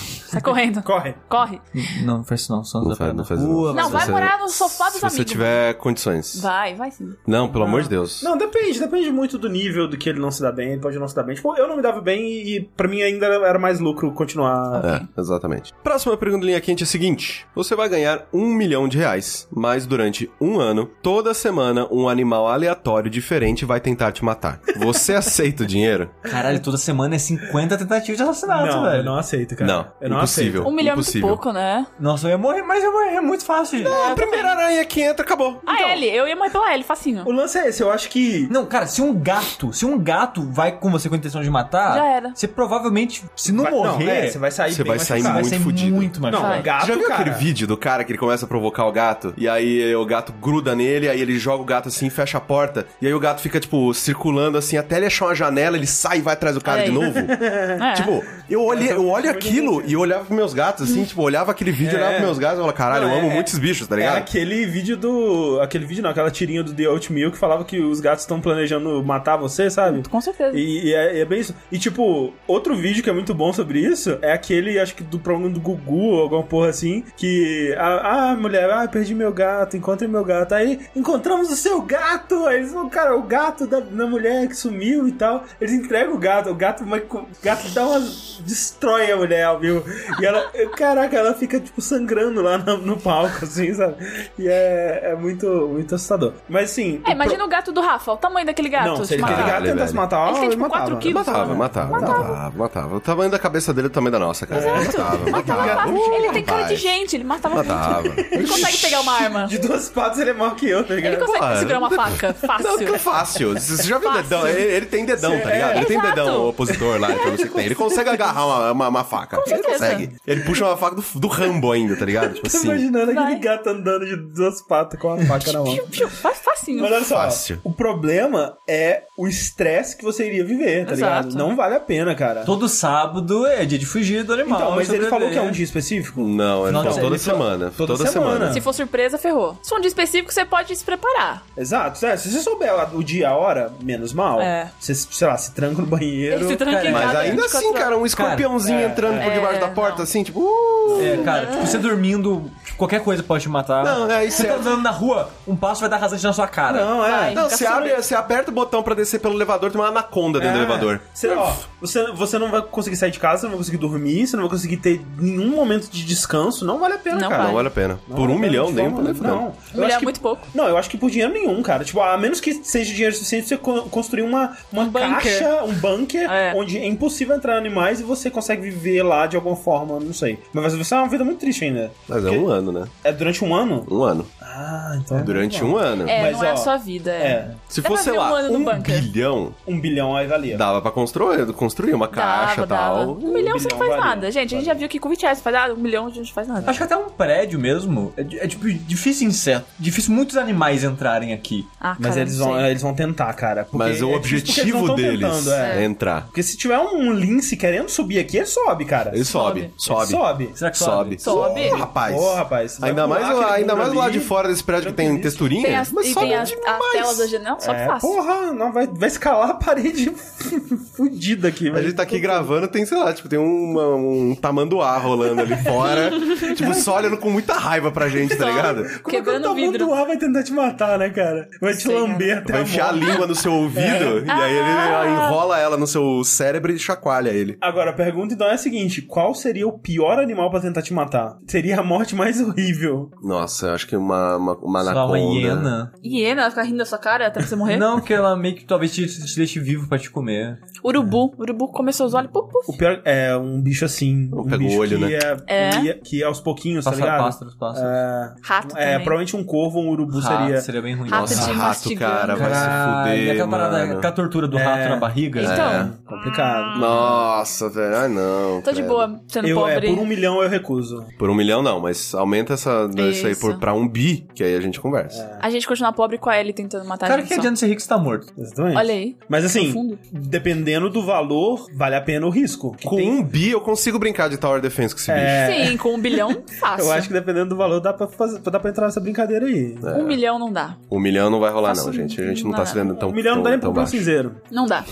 Speaker 1: *laughs*
Speaker 3: Sai correndo.
Speaker 4: Corre.
Speaker 3: Corre.
Speaker 2: Não, faz isso não. Só
Speaker 1: Não faz, não faz isso,
Speaker 2: Rua,
Speaker 1: não.
Speaker 2: mas
Speaker 3: Não, vai
Speaker 1: você-
Speaker 3: morar no sofá dos
Speaker 1: Se você
Speaker 3: amigos.
Speaker 1: tiver condições.
Speaker 3: Vai, Ah. vai sim.
Speaker 1: Não, pelo amor de Deus.
Speaker 4: Não, depende, depende muito do nível do que ele não se dá bem, ele pode não se dar bem. Tipo, eu não me dava bem e, e pra mim ainda era mais lucro continuar.
Speaker 1: É, exatamente. Próxima pergunta linha quente é a seguinte: você vai ganhar um milhão de reais, mas durante um ano, toda semana, um animal aleatório diferente vai tentar te matar. Você *laughs* aceita o dinheiro?
Speaker 2: Caralho, toda semana é 50 tentativas de assassinato,
Speaker 4: Não,
Speaker 2: velho.
Speaker 4: eu não aceito, cara.
Speaker 1: Não,
Speaker 4: eu não
Speaker 1: impossível.
Speaker 3: Um milhão é muito
Speaker 1: impossível.
Speaker 3: pouco, né?
Speaker 2: Nossa, eu ia morrer, mas eu ia morrer muito fácil, gente.
Speaker 1: A primeira aranha que entra, acabou. Então,
Speaker 3: A L, eu ia morrer pela L, facinho.
Speaker 4: aceito. O lance é esse, eu acho que.
Speaker 2: Não, cara, se um gato, se um gato vai com você com a intenção de matar,
Speaker 3: Já era.
Speaker 2: você provavelmente, se não
Speaker 4: vai-
Speaker 2: morrer,
Speaker 4: Não, é, você vai sair
Speaker 1: Você
Speaker 4: bem
Speaker 1: vai sair
Speaker 4: machucado.
Speaker 2: vai
Speaker 1: muito
Speaker 2: ser
Speaker 1: fudido.
Speaker 2: muito mais
Speaker 4: Não,
Speaker 2: fácil.
Speaker 3: Vai.
Speaker 4: gato,
Speaker 1: Já viu
Speaker 4: cara.
Speaker 1: aquele vídeo do cara que ele começa a provocar o gato? E aí o gato gruda nele, aí ele joga o gato assim, fecha a porta. E aí o gato fica, tipo, circulando assim, até ele achar uma janela, ele sai e vai atrás do cara
Speaker 3: Olha
Speaker 1: de
Speaker 3: aí. *laughs*
Speaker 1: novo.
Speaker 3: É.
Speaker 1: Tipo, eu, olhei, eu olho aquilo e eu olhava pros meus gatos, assim, tipo, eu olhava aquele vídeo,
Speaker 4: É.
Speaker 1: olhava pros meus gatos e falava, caralho,
Speaker 4: Não,
Speaker 1: eu
Speaker 4: é-
Speaker 1: amo
Speaker 4: é-
Speaker 1: muitos bichos, tá
Speaker 4: É
Speaker 1: ligado?
Speaker 4: aquele vídeo do. Aquele vídeo não, aquela tirinha do The Oatmeal que falava que os gatos estão planejando matar você, sabe?
Speaker 3: com certeza.
Speaker 4: E, e é, e é bem isso. E tipo, outro vídeo que é muito bom sobre isso é aquele, acho que do programa do Gugu ou alguma porra assim, que. Ah, ah, mulher, ah, perdi meu gato, encontrei meu gato. Aí encontramos o seu gato! Aí eles vão, cara, o gato da, da mulher que sumiu e tal. Eles entregam o gato, o gato, mas co- o gato dá uma. destrói a mulher, viu? E ela. Caraca, ela fica, tipo, sangrando lá no, no palco, assim, sabe? E é, é muito, muito assustador. Mas assim.
Speaker 3: É,
Speaker 4: o pro-
Speaker 3: imagina o gato do Rafa, o tamanho daquele gato.
Speaker 4: Não, se
Speaker 3: tipo,
Speaker 4: ele
Speaker 1: matar.
Speaker 4: aquele gato
Speaker 1: Caralho,
Speaker 4: tentasse
Speaker 1: velho.
Speaker 4: matar,
Speaker 3: Ele tem, tipo, quatro
Speaker 4: matava.
Speaker 3: quilos.
Speaker 1: Matava, matava, matava,
Speaker 4: né?
Speaker 1: matava, O tamanho da cabeça dele é o tamanho da nossa, cara. Matava, matava.
Speaker 3: ah, ele tem cara
Speaker 1: Rapaz. Ah,
Speaker 3: de
Speaker 1: tá.
Speaker 3: gente, ele matava
Speaker 1: Matava.
Speaker 3: muito. Ele consegue pegar uma arma.
Speaker 4: De duas patas ele é maior que eu, tá ligado?
Speaker 3: Ele consegue
Speaker 1: Porra.
Speaker 3: segurar uma faca.
Speaker 1: Não,
Speaker 3: Fácil.
Speaker 1: que é fácil. Você já viu o
Speaker 3: Fácil.
Speaker 1: dedão? Ele, ele tem dedão, tá ligado? Ele tem
Speaker 3: Exato.
Speaker 1: dedão, o opositor lá, que eu não sei o que tem. Ele consegue agarrar uma, uma, uma faca. ele
Speaker 3: certeza.
Speaker 1: consegue. Ele puxa uma faca do, do Rambo ainda, tá ligado?
Speaker 3: *laughs*
Speaker 1: Tipo
Speaker 4: Tô
Speaker 1: assim.
Speaker 4: imaginando aquele
Speaker 3: Vai.
Speaker 4: gato andando de duas patas com uma
Speaker 3: *laughs*
Speaker 4: faca na mão.
Speaker 3: Piu, piu, fa- Facinho.
Speaker 4: Mas olha só,
Speaker 1: Fácil.
Speaker 4: o problema é o estresse que você iria viver, tá
Speaker 3: Exato.
Speaker 4: ligado? Não vale a pena, cara.
Speaker 2: Todo sábado é dia de fugir do animal. né?
Speaker 4: Então, mas ele
Speaker 2: sobreviver.
Speaker 4: falou que é um dia específico?
Speaker 1: Não, ele
Speaker 2: Não,
Speaker 1: falou
Speaker 2: não,
Speaker 1: toda
Speaker 4: ele falou-
Speaker 1: semana.
Speaker 4: toda
Speaker 1: Toda semana.
Speaker 4: semana.
Speaker 3: Se for surpresa, ferrou. Se for um dia específico, você pode se preparar.
Speaker 4: Exato. É, se você souber a- o dia e a hora, menos mal.
Speaker 3: É.
Speaker 4: Você, sei lá, se tranca no banheiro.
Speaker 3: Ele se tranca
Speaker 2: Cara,
Speaker 3: em
Speaker 1: Mas
Speaker 3: casa
Speaker 1: ainda
Speaker 3: 24
Speaker 1: assim, cara,
Speaker 3: horas.
Speaker 1: um escorpiãozinho entrando por
Speaker 3: é,
Speaker 1: debaixo da
Speaker 3: não.
Speaker 1: porta, assim, tipo. Uh,
Speaker 2: É, cara, tipo, você dormindo, tipo, qualquer coisa pode te matar.
Speaker 1: Não, é, isso
Speaker 2: Você tá
Speaker 1: é-
Speaker 2: andando na rua, um passo vai dar rasante na sua cara.
Speaker 4: Não, é.
Speaker 3: Vai.
Speaker 1: Não,
Speaker 3: Nunca
Speaker 1: você,
Speaker 3: soube.
Speaker 1: abre, você aperta o botão pra descer pelo elevador, tem uma anaconda dentro
Speaker 4: É.
Speaker 1: do elevador.
Speaker 4: Você, ó, você, você não vai conseguir sair de casa, você não vai conseguir dormir, você não vai conseguir ter nenhum momento de descanso. Não vale a pena,
Speaker 3: Não
Speaker 4: cara.
Speaker 3: vale.
Speaker 1: Não vale a pena.
Speaker 4: Não
Speaker 1: por
Speaker 4: vale
Speaker 1: um
Speaker 4: a pena
Speaker 1: milhão,
Speaker 4: de
Speaker 1: nem
Speaker 4: forma-
Speaker 1: nem fudendo.
Speaker 4: Não.
Speaker 3: Um milhão é muito pouco.
Speaker 4: Não, eu acho que por dinheiro nenhum, cara. Tipo, a menos que seja dinheiro suficiente pra você co- construir uma, uma
Speaker 3: Um bunker.
Speaker 4: caixa, um bunker,
Speaker 3: É.
Speaker 4: onde é impossível entrar animais e você consegue viver lá de alguma forma, não sei. Mas vai ser uma vida muito triste ainda.
Speaker 1: Mas é um ano, né?
Speaker 4: É durante um ano?
Speaker 1: Um ano.
Speaker 4: Ah, então.
Speaker 1: Durante um ano.
Speaker 3: É,
Speaker 4: Mas,
Speaker 3: não é
Speaker 4: ó,
Speaker 3: a sua vida. É.
Speaker 4: É.
Speaker 1: Se
Speaker 3: Dá pra
Speaker 1: fosse, sei
Speaker 3: ver um
Speaker 1: lá,
Speaker 3: ano no
Speaker 1: um
Speaker 3: bunker.
Speaker 1: bilhão,
Speaker 4: Um bilhão aí valia.
Speaker 1: dava pra construir, construir uma caixa e
Speaker 3: dava.
Speaker 1: tal.
Speaker 3: Um milhão você não
Speaker 4: milhão
Speaker 3: faz
Speaker 4: vale.
Speaker 3: nada, gente. A gente já viu que com 20 reais você faz nada. Um milhão a gente não faz nada.
Speaker 2: Acho que até um prédio mesmo. É, di- é, tipo difícil inseto. Difícil muitos animais entrarem aqui.
Speaker 3: Ah,
Speaker 4: Mas
Speaker 3: cara,
Speaker 4: eles
Speaker 3: não
Speaker 4: vão,
Speaker 3: sei.
Speaker 4: eles vão tentar, cara. porque
Speaker 1: Mas o
Speaker 4: é difícil porque eles não
Speaker 1: objetivo
Speaker 4: tão
Speaker 1: deles
Speaker 4: tentando, é.
Speaker 1: é. entrar.
Speaker 4: Porque se tiver um lince querendo subir aqui, ele sobe, cara.
Speaker 1: Ele sobe, sobe, sobe.
Speaker 4: Sobe.
Speaker 2: Será que
Speaker 1: sobe.
Speaker 3: Sobe.
Speaker 1: Ô, rapaz.
Speaker 4: Ô, rapaz, você
Speaker 1: Ainda
Speaker 4: vai
Speaker 3: um
Speaker 1: mais,
Speaker 4: pular aquele
Speaker 1: ainda
Speaker 4: muro
Speaker 1: mais lá
Speaker 4: ali.
Speaker 1: de fora desse prédio que tem
Speaker 4: Tranquilíssimo.
Speaker 1: texturinha.
Speaker 3: Tem as,
Speaker 1: mas
Speaker 3: e
Speaker 1: sobe
Speaker 3: tem as,
Speaker 1: demais.
Speaker 3: as telas da janela. Não, sobe
Speaker 4: É,
Speaker 3: fácil.
Speaker 4: porra, não, vai, vai escalar a parede *laughs* fudida aqui,
Speaker 1: A
Speaker 4: velho.
Speaker 1: gente tá aqui gravando, tem, sei lá, tipo, tem uma- um tamanduá rolando ali
Speaker 3: *laughs*
Speaker 1: fora. tipo, só olhando com muita raiva pra gente, tá ligado?
Speaker 4: Como é que o
Speaker 3: Quebrando o
Speaker 4: tamanho
Speaker 3: vidro.
Speaker 4: do ar vai tentar te matar, né, cara? Vai te
Speaker 3: Sei,
Speaker 4: lamber até
Speaker 1: Vai
Speaker 4: a
Speaker 1: enfiar a
Speaker 4: morte.
Speaker 1: língua no seu
Speaker 3: É.
Speaker 1: ouvido e aí ele
Speaker 3: Ah!
Speaker 1: enrola ela no seu cérebro e chacoalha ele.
Speaker 4: Agora, a pergunta então é a seguinte: qual seria o pior animal pra tentar te matar? Seria a morte mais horrível.
Speaker 1: Nossa, eu acho que uma, uma, uma
Speaker 2: Sei lá,
Speaker 1: anaconda.
Speaker 2: uma hiena.
Speaker 3: Hiena, ela fica rindo da sua cara até você morrer.
Speaker 2: Não, porque ela meio que talvez te, te deixe vivo pra te comer.
Speaker 3: Urubu. Urubu comeu seus olhos. Puf, puf.
Speaker 4: O pior é um bicho assim. Um
Speaker 1: Pega o
Speaker 4: bicho
Speaker 1: olho,
Speaker 4: que
Speaker 1: né?
Speaker 4: É,
Speaker 3: É.
Speaker 4: que- Que aos pouquinhos, tá
Speaker 2: Pássaro,
Speaker 4: ligado?
Speaker 2: pássaros, pássaros.
Speaker 4: É,
Speaker 3: Rato
Speaker 4: é,
Speaker 3: também.
Speaker 4: provavelmente um corvo ou um
Speaker 1: Ah,
Speaker 4: urubu
Speaker 2: Rato,
Speaker 4: seria.
Speaker 2: bem ruim.
Speaker 3: Rato
Speaker 1: Nossa,
Speaker 3: de
Speaker 1: Ah, rato,
Speaker 3: mastigando.
Speaker 1: cara, vai
Speaker 2: Caralho,
Speaker 1: se
Speaker 2: e
Speaker 1: fuder,
Speaker 2: aquela parada,
Speaker 1: mano. É.
Speaker 2: aquela tortura do
Speaker 4: É.
Speaker 2: rato na barriga.
Speaker 3: Então,
Speaker 4: Complicado.
Speaker 1: Nossa, velho. Ah, não.
Speaker 3: tô de
Speaker 1: credo.
Speaker 3: boa sendo
Speaker 4: Eu, é,
Speaker 3: pobre.
Speaker 4: por um milhão eu recuso.
Speaker 1: Por um milhão não, mas aumenta essa, isso aí
Speaker 3: Isso.
Speaker 1: por, pra um bi, que aí a gente conversa.
Speaker 2: É.
Speaker 3: A gente continuar pobre com a Ellie tentando matar a
Speaker 2: Cara,
Speaker 3: gente
Speaker 2: que
Speaker 3: só.
Speaker 2: adianta ser rico se tá morto?
Speaker 4: Exatamente.
Speaker 3: Olha aí.
Speaker 4: Mas assim,
Speaker 3: Profundo.
Speaker 4: dependendo do valor, vale a pena o risco. Que
Speaker 1: Com
Speaker 4: tem-
Speaker 1: um bi eu consigo brincar de Tower Defense
Speaker 2: É.
Speaker 1: com esse bicho.
Speaker 3: Sim, com um bilhão, fácil.
Speaker 1: né?
Speaker 4: É. *laughs* Eu acho que dependendo do valor, dá pra, fazer, dá pra entrar nessa brincadeira aí.
Speaker 3: Um milhão não dá.
Speaker 1: Um milhão não vai rolar
Speaker 3: Faço
Speaker 1: não, gente. A gente não
Speaker 3: nada.
Speaker 1: tá se vendo tão
Speaker 4: Um milhão não
Speaker 1: tão,
Speaker 4: dá nem
Speaker 1: tão
Speaker 4: pro pão
Speaker 1: baixo.
Speaker 4: cinzeiro.
Speaker 3: Não dá.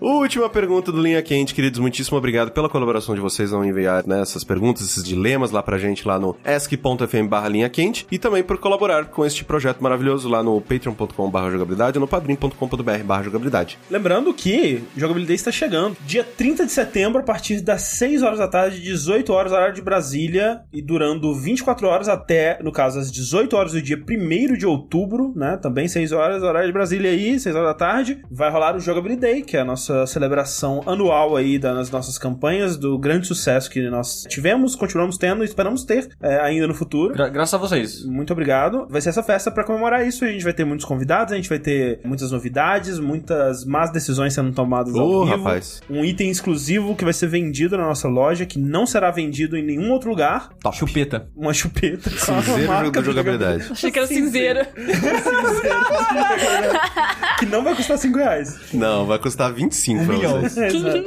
Speaker 1: Última pergunta do Linha Quente, queridos. Muitíssimo obrigado pela colaboração de vocês ao enviar né, essas perguntas, esses dilemas lá pra gente lá no ask.fm barra linha quente e também por colaborar com este projeto maravilhoso lá no patreon.com barra jogabilidade ou no padrim.com.br barra jogabilidade.
Speaker 4: Lembrando que Jogabilidade está chegando. Dia 30 de setembro, a partir das 6 horas da tarde, 18 horas, horário de Brasília, e durando 24 horas até, no caso, às 18 horas do dia 1 de outubro, né? Também 6 horas, horário de Brasília aí, 6 horas da tarde. Vai rolar o Jogabilidade, que é a nossa celebração anual aí das nossas campanhas, do grande sucesso que nós tivemos, continuamos tendo e esperamos ter é, ainda no futuro.
Speaker 2: Gra- graças a vocês.
Speaker 4: Muito obrigado. Vai ser essa festa pra comemorar isso. A gente vai ter muitos convidados, a gente vai ter muitas novidades, muitas más decisões sendo tomadas
Speaker 1: Ô,
Speaker 4: ao vivo.
Speaker 1: rapaz.
Speaker 4: Um item exclusivo que vai ser vendido na nossa loja, que não será vendido em nenhum outro lugar.
Speaker 1: Top.
Speaker 2: Chupeta.
Speaker 4: *laughs* Uma chupeta.
Speaker 1: Cinzeiro
Speaker 4: Uma marca
Speaker 1: do
Speaker 4: de
Speaker 1: jogabilidade.
Speaker 3: Achei que era cinzeiro.
Speaker 4: *laughs* Que não vai custar 5 reais.
Speaker 1: Não, vai custar 25 pra
Speaker 2: milhão.
Speaker 1: vocês.
Speaker 4: Exato.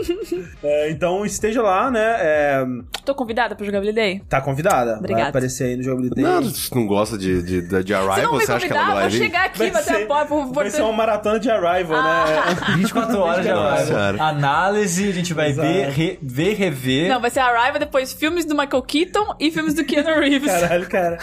Speaker 4: É, então esteja lá, né? É,
Speaker 3: *laughs* Tô convidada pro jogabilidade?
Speaker 4: tá convidada. Vai
Speaker 3: Obrigada.
Speaker 4: aparecer aí no jogo de
Speaker 1: Não, você não gosta de, de, de, de
Speaker 3: Se
Speaker 1: Arrival?
Speaker 3: não me
Speaker 1: Você acha que é ela
Speaker 3: convidar,
Speaker 1: não vai
Speaker 3: vou
Speaker 1: vir?
Speaker 3: chegar aqui, bater a porta, vou Ah.
Speaker 4: vai ser uma maratona de Arrival, né?
Speaker 2: 24 horas já
Speaker 1: Nossa
Speaker 2: vai.
Speaker 1: senhora.
Speaker 2: Análise, a gente vai
Speaker 4: Exato.
Speaker 2: ver, re- ver, rever.
Speaker 3: Não, vai ser Arrival, depois filmes do Michael Keaton e filmes do
Speaker 4: *laughs*
Speaker 3: Keanu Reeves.
Speaker 4: Caralho, cara.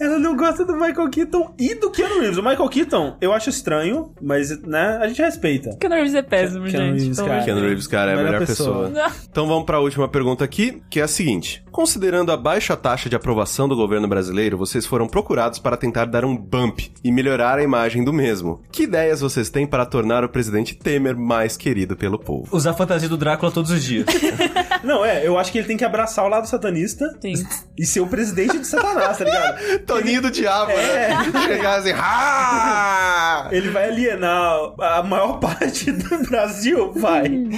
Speaker 4: Ela não gosta do Michael Keaton e do Keanu Reeves. O Michael Keaton, eu acho estranho, mas, né, a gente respeita.
Speaker 3: Keanu Reeves é péssimo,
Speaker 4: Keanu
Speaker 3: gente.
Speaker 4: Reeves,
Speaker 3: pelo
Speaker 4: cara.
Speaker 3: amor de
Speaker 1: Keanu Reeves, cara, é a melhor,
Speaker 4: Melhor
Speaker 1: pessoa.
Speaker 4: pessoa.
Speaker 3: Deus.
Speaker 1: Então vamos para a última pergunta aqui, que é a seguinte: considerando a baixa taxa de aprovação do governo brasileiro, vocês foram procurados para tentar dar um bump e melhorar a imagem do mesmo. Que ideias vocês têm para tornar o presidente Temer mais querido pelo povo?
Speaker 2: Usar a fantasia do Drácula todos os dias.
Speaker 4: Não, é, eu acho que ele tem que abraçar o lado satanista
Speaker 3: Sim.
Speaker 4: e ser o presidente de Satanás, tá ligado?
Speaker 1: Toninho do diabo, né? Chegar assim, "Ah!"
Speaker 4: Ele vai alienar a maior *laughs* parte do Brasil, vai.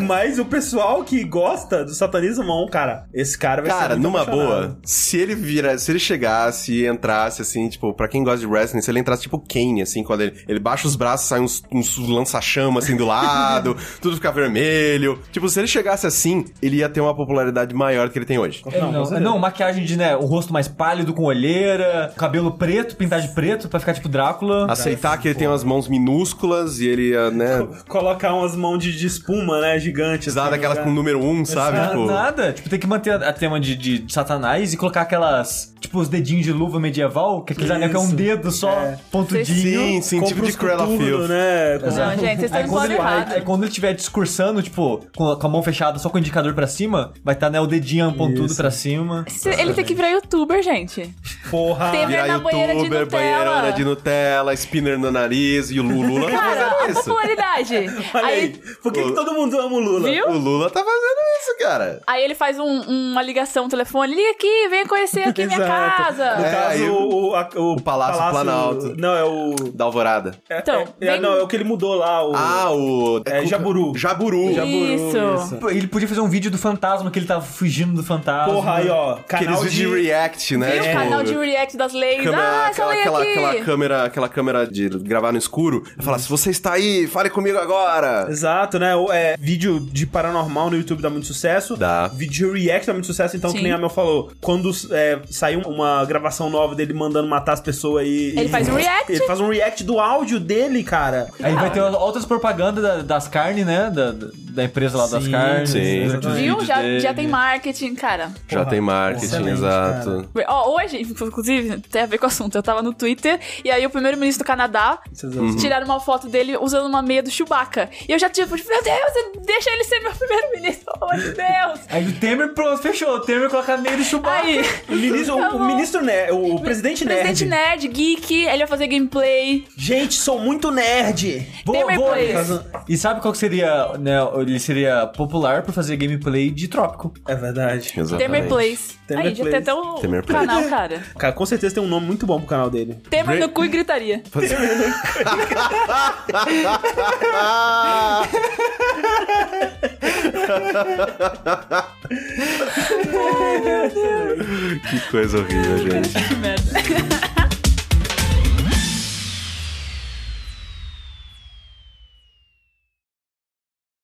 Speaker 4: Mas o pessoal que gosta do satanismo, não, cara, esse cara vai ser
Speaker 1: Cara,
Speaker 4: muito
Speaker 1: numa
Speaker 4: apaixonado.
Speaker 1: boa, se ele vira, se ele chegasse e entrasse assim, tipo, pra quem gosta de wrestling, se ele entrasse tipo Kane, assim, quando ele, ele baixa os braços, sai uns, uns lança-chama assim do
Speaker 4: *laughs*
Speaker 1: lado, tudo fica vermelho. Tipo, se ele chegasse assim, ele ia ter uma popularidade maior do que ele tem hoje.
Speaker 2: É,
Speaker 4: Não,
Speaker 2: não,
Speaker 4: com certeza.
Speaker 2: não, maquiagem de, né, o rosto mais pálido com olheira, cabelo preto, pintar de preto pra ficar tipo Drácula.
Speaker 1: Aceitar que ele tem umas mãos minúsculas e ele ia, né,
Speaker 4: Colocar umas mãos de, de espuma, né, gigante.
Speaker 1: usar
Speaker 4: assim,
Speaker 1: daquelas
Speaker 4: né?
Speaker 1: com número um, sabe?
Speaker 2: Ah,
Speaker 1: Tipo,
Speaker 2: Nada, tipo, tem que manter a, a tema de, de satanás e colocar aquelas, tipo, os dedinhos de luva medieval, que aqueles anel que é um
Speaker 4: Isso.
Speaker 2: dedo só,
Speaker 4: É.
Speaker 2: pontudinho.
Speaker 1: sim, sim,
Speaker 4: Compra
Speaker 1: tipo de
Speaker 4: uns
Speaker 1: Cruella
Speaker 4: coturno,
Speaker 1: Field.
Speaker 4: né? com-
Speaker 3: Não, gente, vocês estão
Speaker 2: Aí
Speaker 3: indo
Speaker 2: é quando,
Speaker 3: pro
Speaker 2: ele,
Speaker 3: lado errado.
Speaker 2: aí, aí quando ele estiver discursando, tipo, com a, com a mão fechada, só com o indicador pra cima, vai estar, né, o dedinho pontudo pra cima.
Speaker 3: Se- Ele tem que virar youtuber, gente.
Speaker 4: Porra.
Speaker 3: Teve-
Speaker 1: Virar
Speaker 3: na banheira de
Speaker 1: youtuber,
Speaker 3: Nutella.
Speaker 1: banheirona de Nutella, spinner no nariz e o
Speaker 3: *laughs*
Speaker 1: Lula tá
Speaker 3: Cara, a
Speaker 1: fazendo isso.
Speaker 3: popularidade.
Speaker 4: Olha aí.
Speaker 3: aí,
Speaker 4: Por que, que todo mundo ama o Lula?
Speaker 3: Viu?
Speaker 1: *laughs* O Lula tá fazendo isso, cara.
Speaker 3: aí ele faz um- uma ligação no telefone. Liga aqui, vem conhecer aqui minha
Speaker 4: Exato. No
Speaker 3: casa.
Speaker 1: É,
Speaker 4: caso,
Speaker 1: aí
Speaker 4: o, a-
Speaker 1: o Palácio Planalto.
Speaker 4: Não, é o.
Speaker 1: Da Alvorada.
Speaker 4: é-
Speaker 3: Então,
Speaker 4: é, é-
Speaker 3: vem-
Speaker 4: não, é o que ele mudou lá. O,
Speaker 1: Ah, o.
Speaker 4: É, Jaburu.
Speaker 1: Jaburu.
Speaker 4: Jaburu,
Speaker 3: Isso.
Speaker 4: isso.
Speaker 2: Ele podia fazer um vídeo do fantasma, que ele tava fugindo do fantasma.
Speaker 4: Porra, aí, ó.
Speaker 1: Aqueles
Speaker 4: Canal
Speaker 1: vídeos de...
Speaker 4: de.
Speaker 1: react, né?
Speaker 3: Viu o
Speaker 1: Tipo,
Speaker 3: canal de react das leis.
Speaker 1: câmera-
Speaker 3: ah, essa
Speaker 1: aquela,
Speaker 3: lei
Speaker 1: aquela,
Speaker 3: aqui.
Speaker 1: aquela câmera, aquela câmera de gravar no escuro. Fala, se você está aí, fale comigo agora.
Speaker 4: Exato, né? O- É, vídeo de paranormal no YouTube dá muito sucesso.
Speaker 1: Dá.
Speaker 4: Vídeo de react dá muito sucesso, então, que
Speaker 3: Sim.
Speaker 4: nem a Mel falou. Quando é, saiu uma gravação nova dele mandando matar as pessoas aí.
Speaker 3: Ele faz um react.
Speaker 4: Ele faz um react do áudio dele, cara.
Speaker 2: Aí vai ter outras propagandas da- das carnes, né? Da, da- da empresa lá das
Speaker 4: Sim,
Speaker 2: carnes.
Speaker 1: sim.
Speaker 2: durante os
Speaker 3: Viu?
Speaker 2: vídeos
Speaker 3: Já,
Speaker 2: dele.
Speaker 3: já tem marketing, cara.
Speaker 1: Já tem marketing,
Speaker 4: excelente,
Speaker 1: exato.
Speaker 4: cara.
Speaker 3: Ó, hoje, inclusive, tem a ver com o assunto. Eu tava no Twitter e aí o primeiro-ministro do Canadá
Speaker 4: Uhum.
Speaker 1: Uhum.
Speaker 3: tiraram uma foto dele usando uma meia do Chewbacca. E eu já tipo, meu Deus, deixa ele ser meu *laughs* primeiro-ministro, pelo amor de Deus.
Speaker 2: Aí o Temer, pronto, fechou. O Temer coloca meio de Chewbacca.
Speaker 3: Aí,
Speaker 4: O ministro,
Speaker 3: Tá
Speaker 4: o,
Speaker 3: bom.
Speaker 4: ministro nerd, o presidente nerd.
Speaker 3: um presidente nerd, geek, ele vai fazer gameplay.
Speaker 4: Gente, sou muito nerd.
Speaker 2: Vou-
Speaker 3: Temer
Speaker 2: vou-
Speaker 3: Plays.
Speaker 2: E sabe qual que seria, né? Ele seria popular por fazer gameplay de Trópico.
Speaker 4: É verdade.
Speaker 1: Exatamente.
Speaker 3: Temer Plays.
Speaker 4: Temer
Speaker 3: aí, já tem
Speaker 4: Plays.
Speaker 3: até um
Speaker 1: Temer Plays.
Speaker 3: canal, cara.
Speaker 4: Cara, com certeza tem um nome muito bom pro canal dele.
Speaker 3: Temer
Speaker 1: Great-
Speaker 3: no cu e gritaria.
Speaker 1: que coisa horrível, gente.
Speaker 4: *laughs*
Speaker 3: Que merda.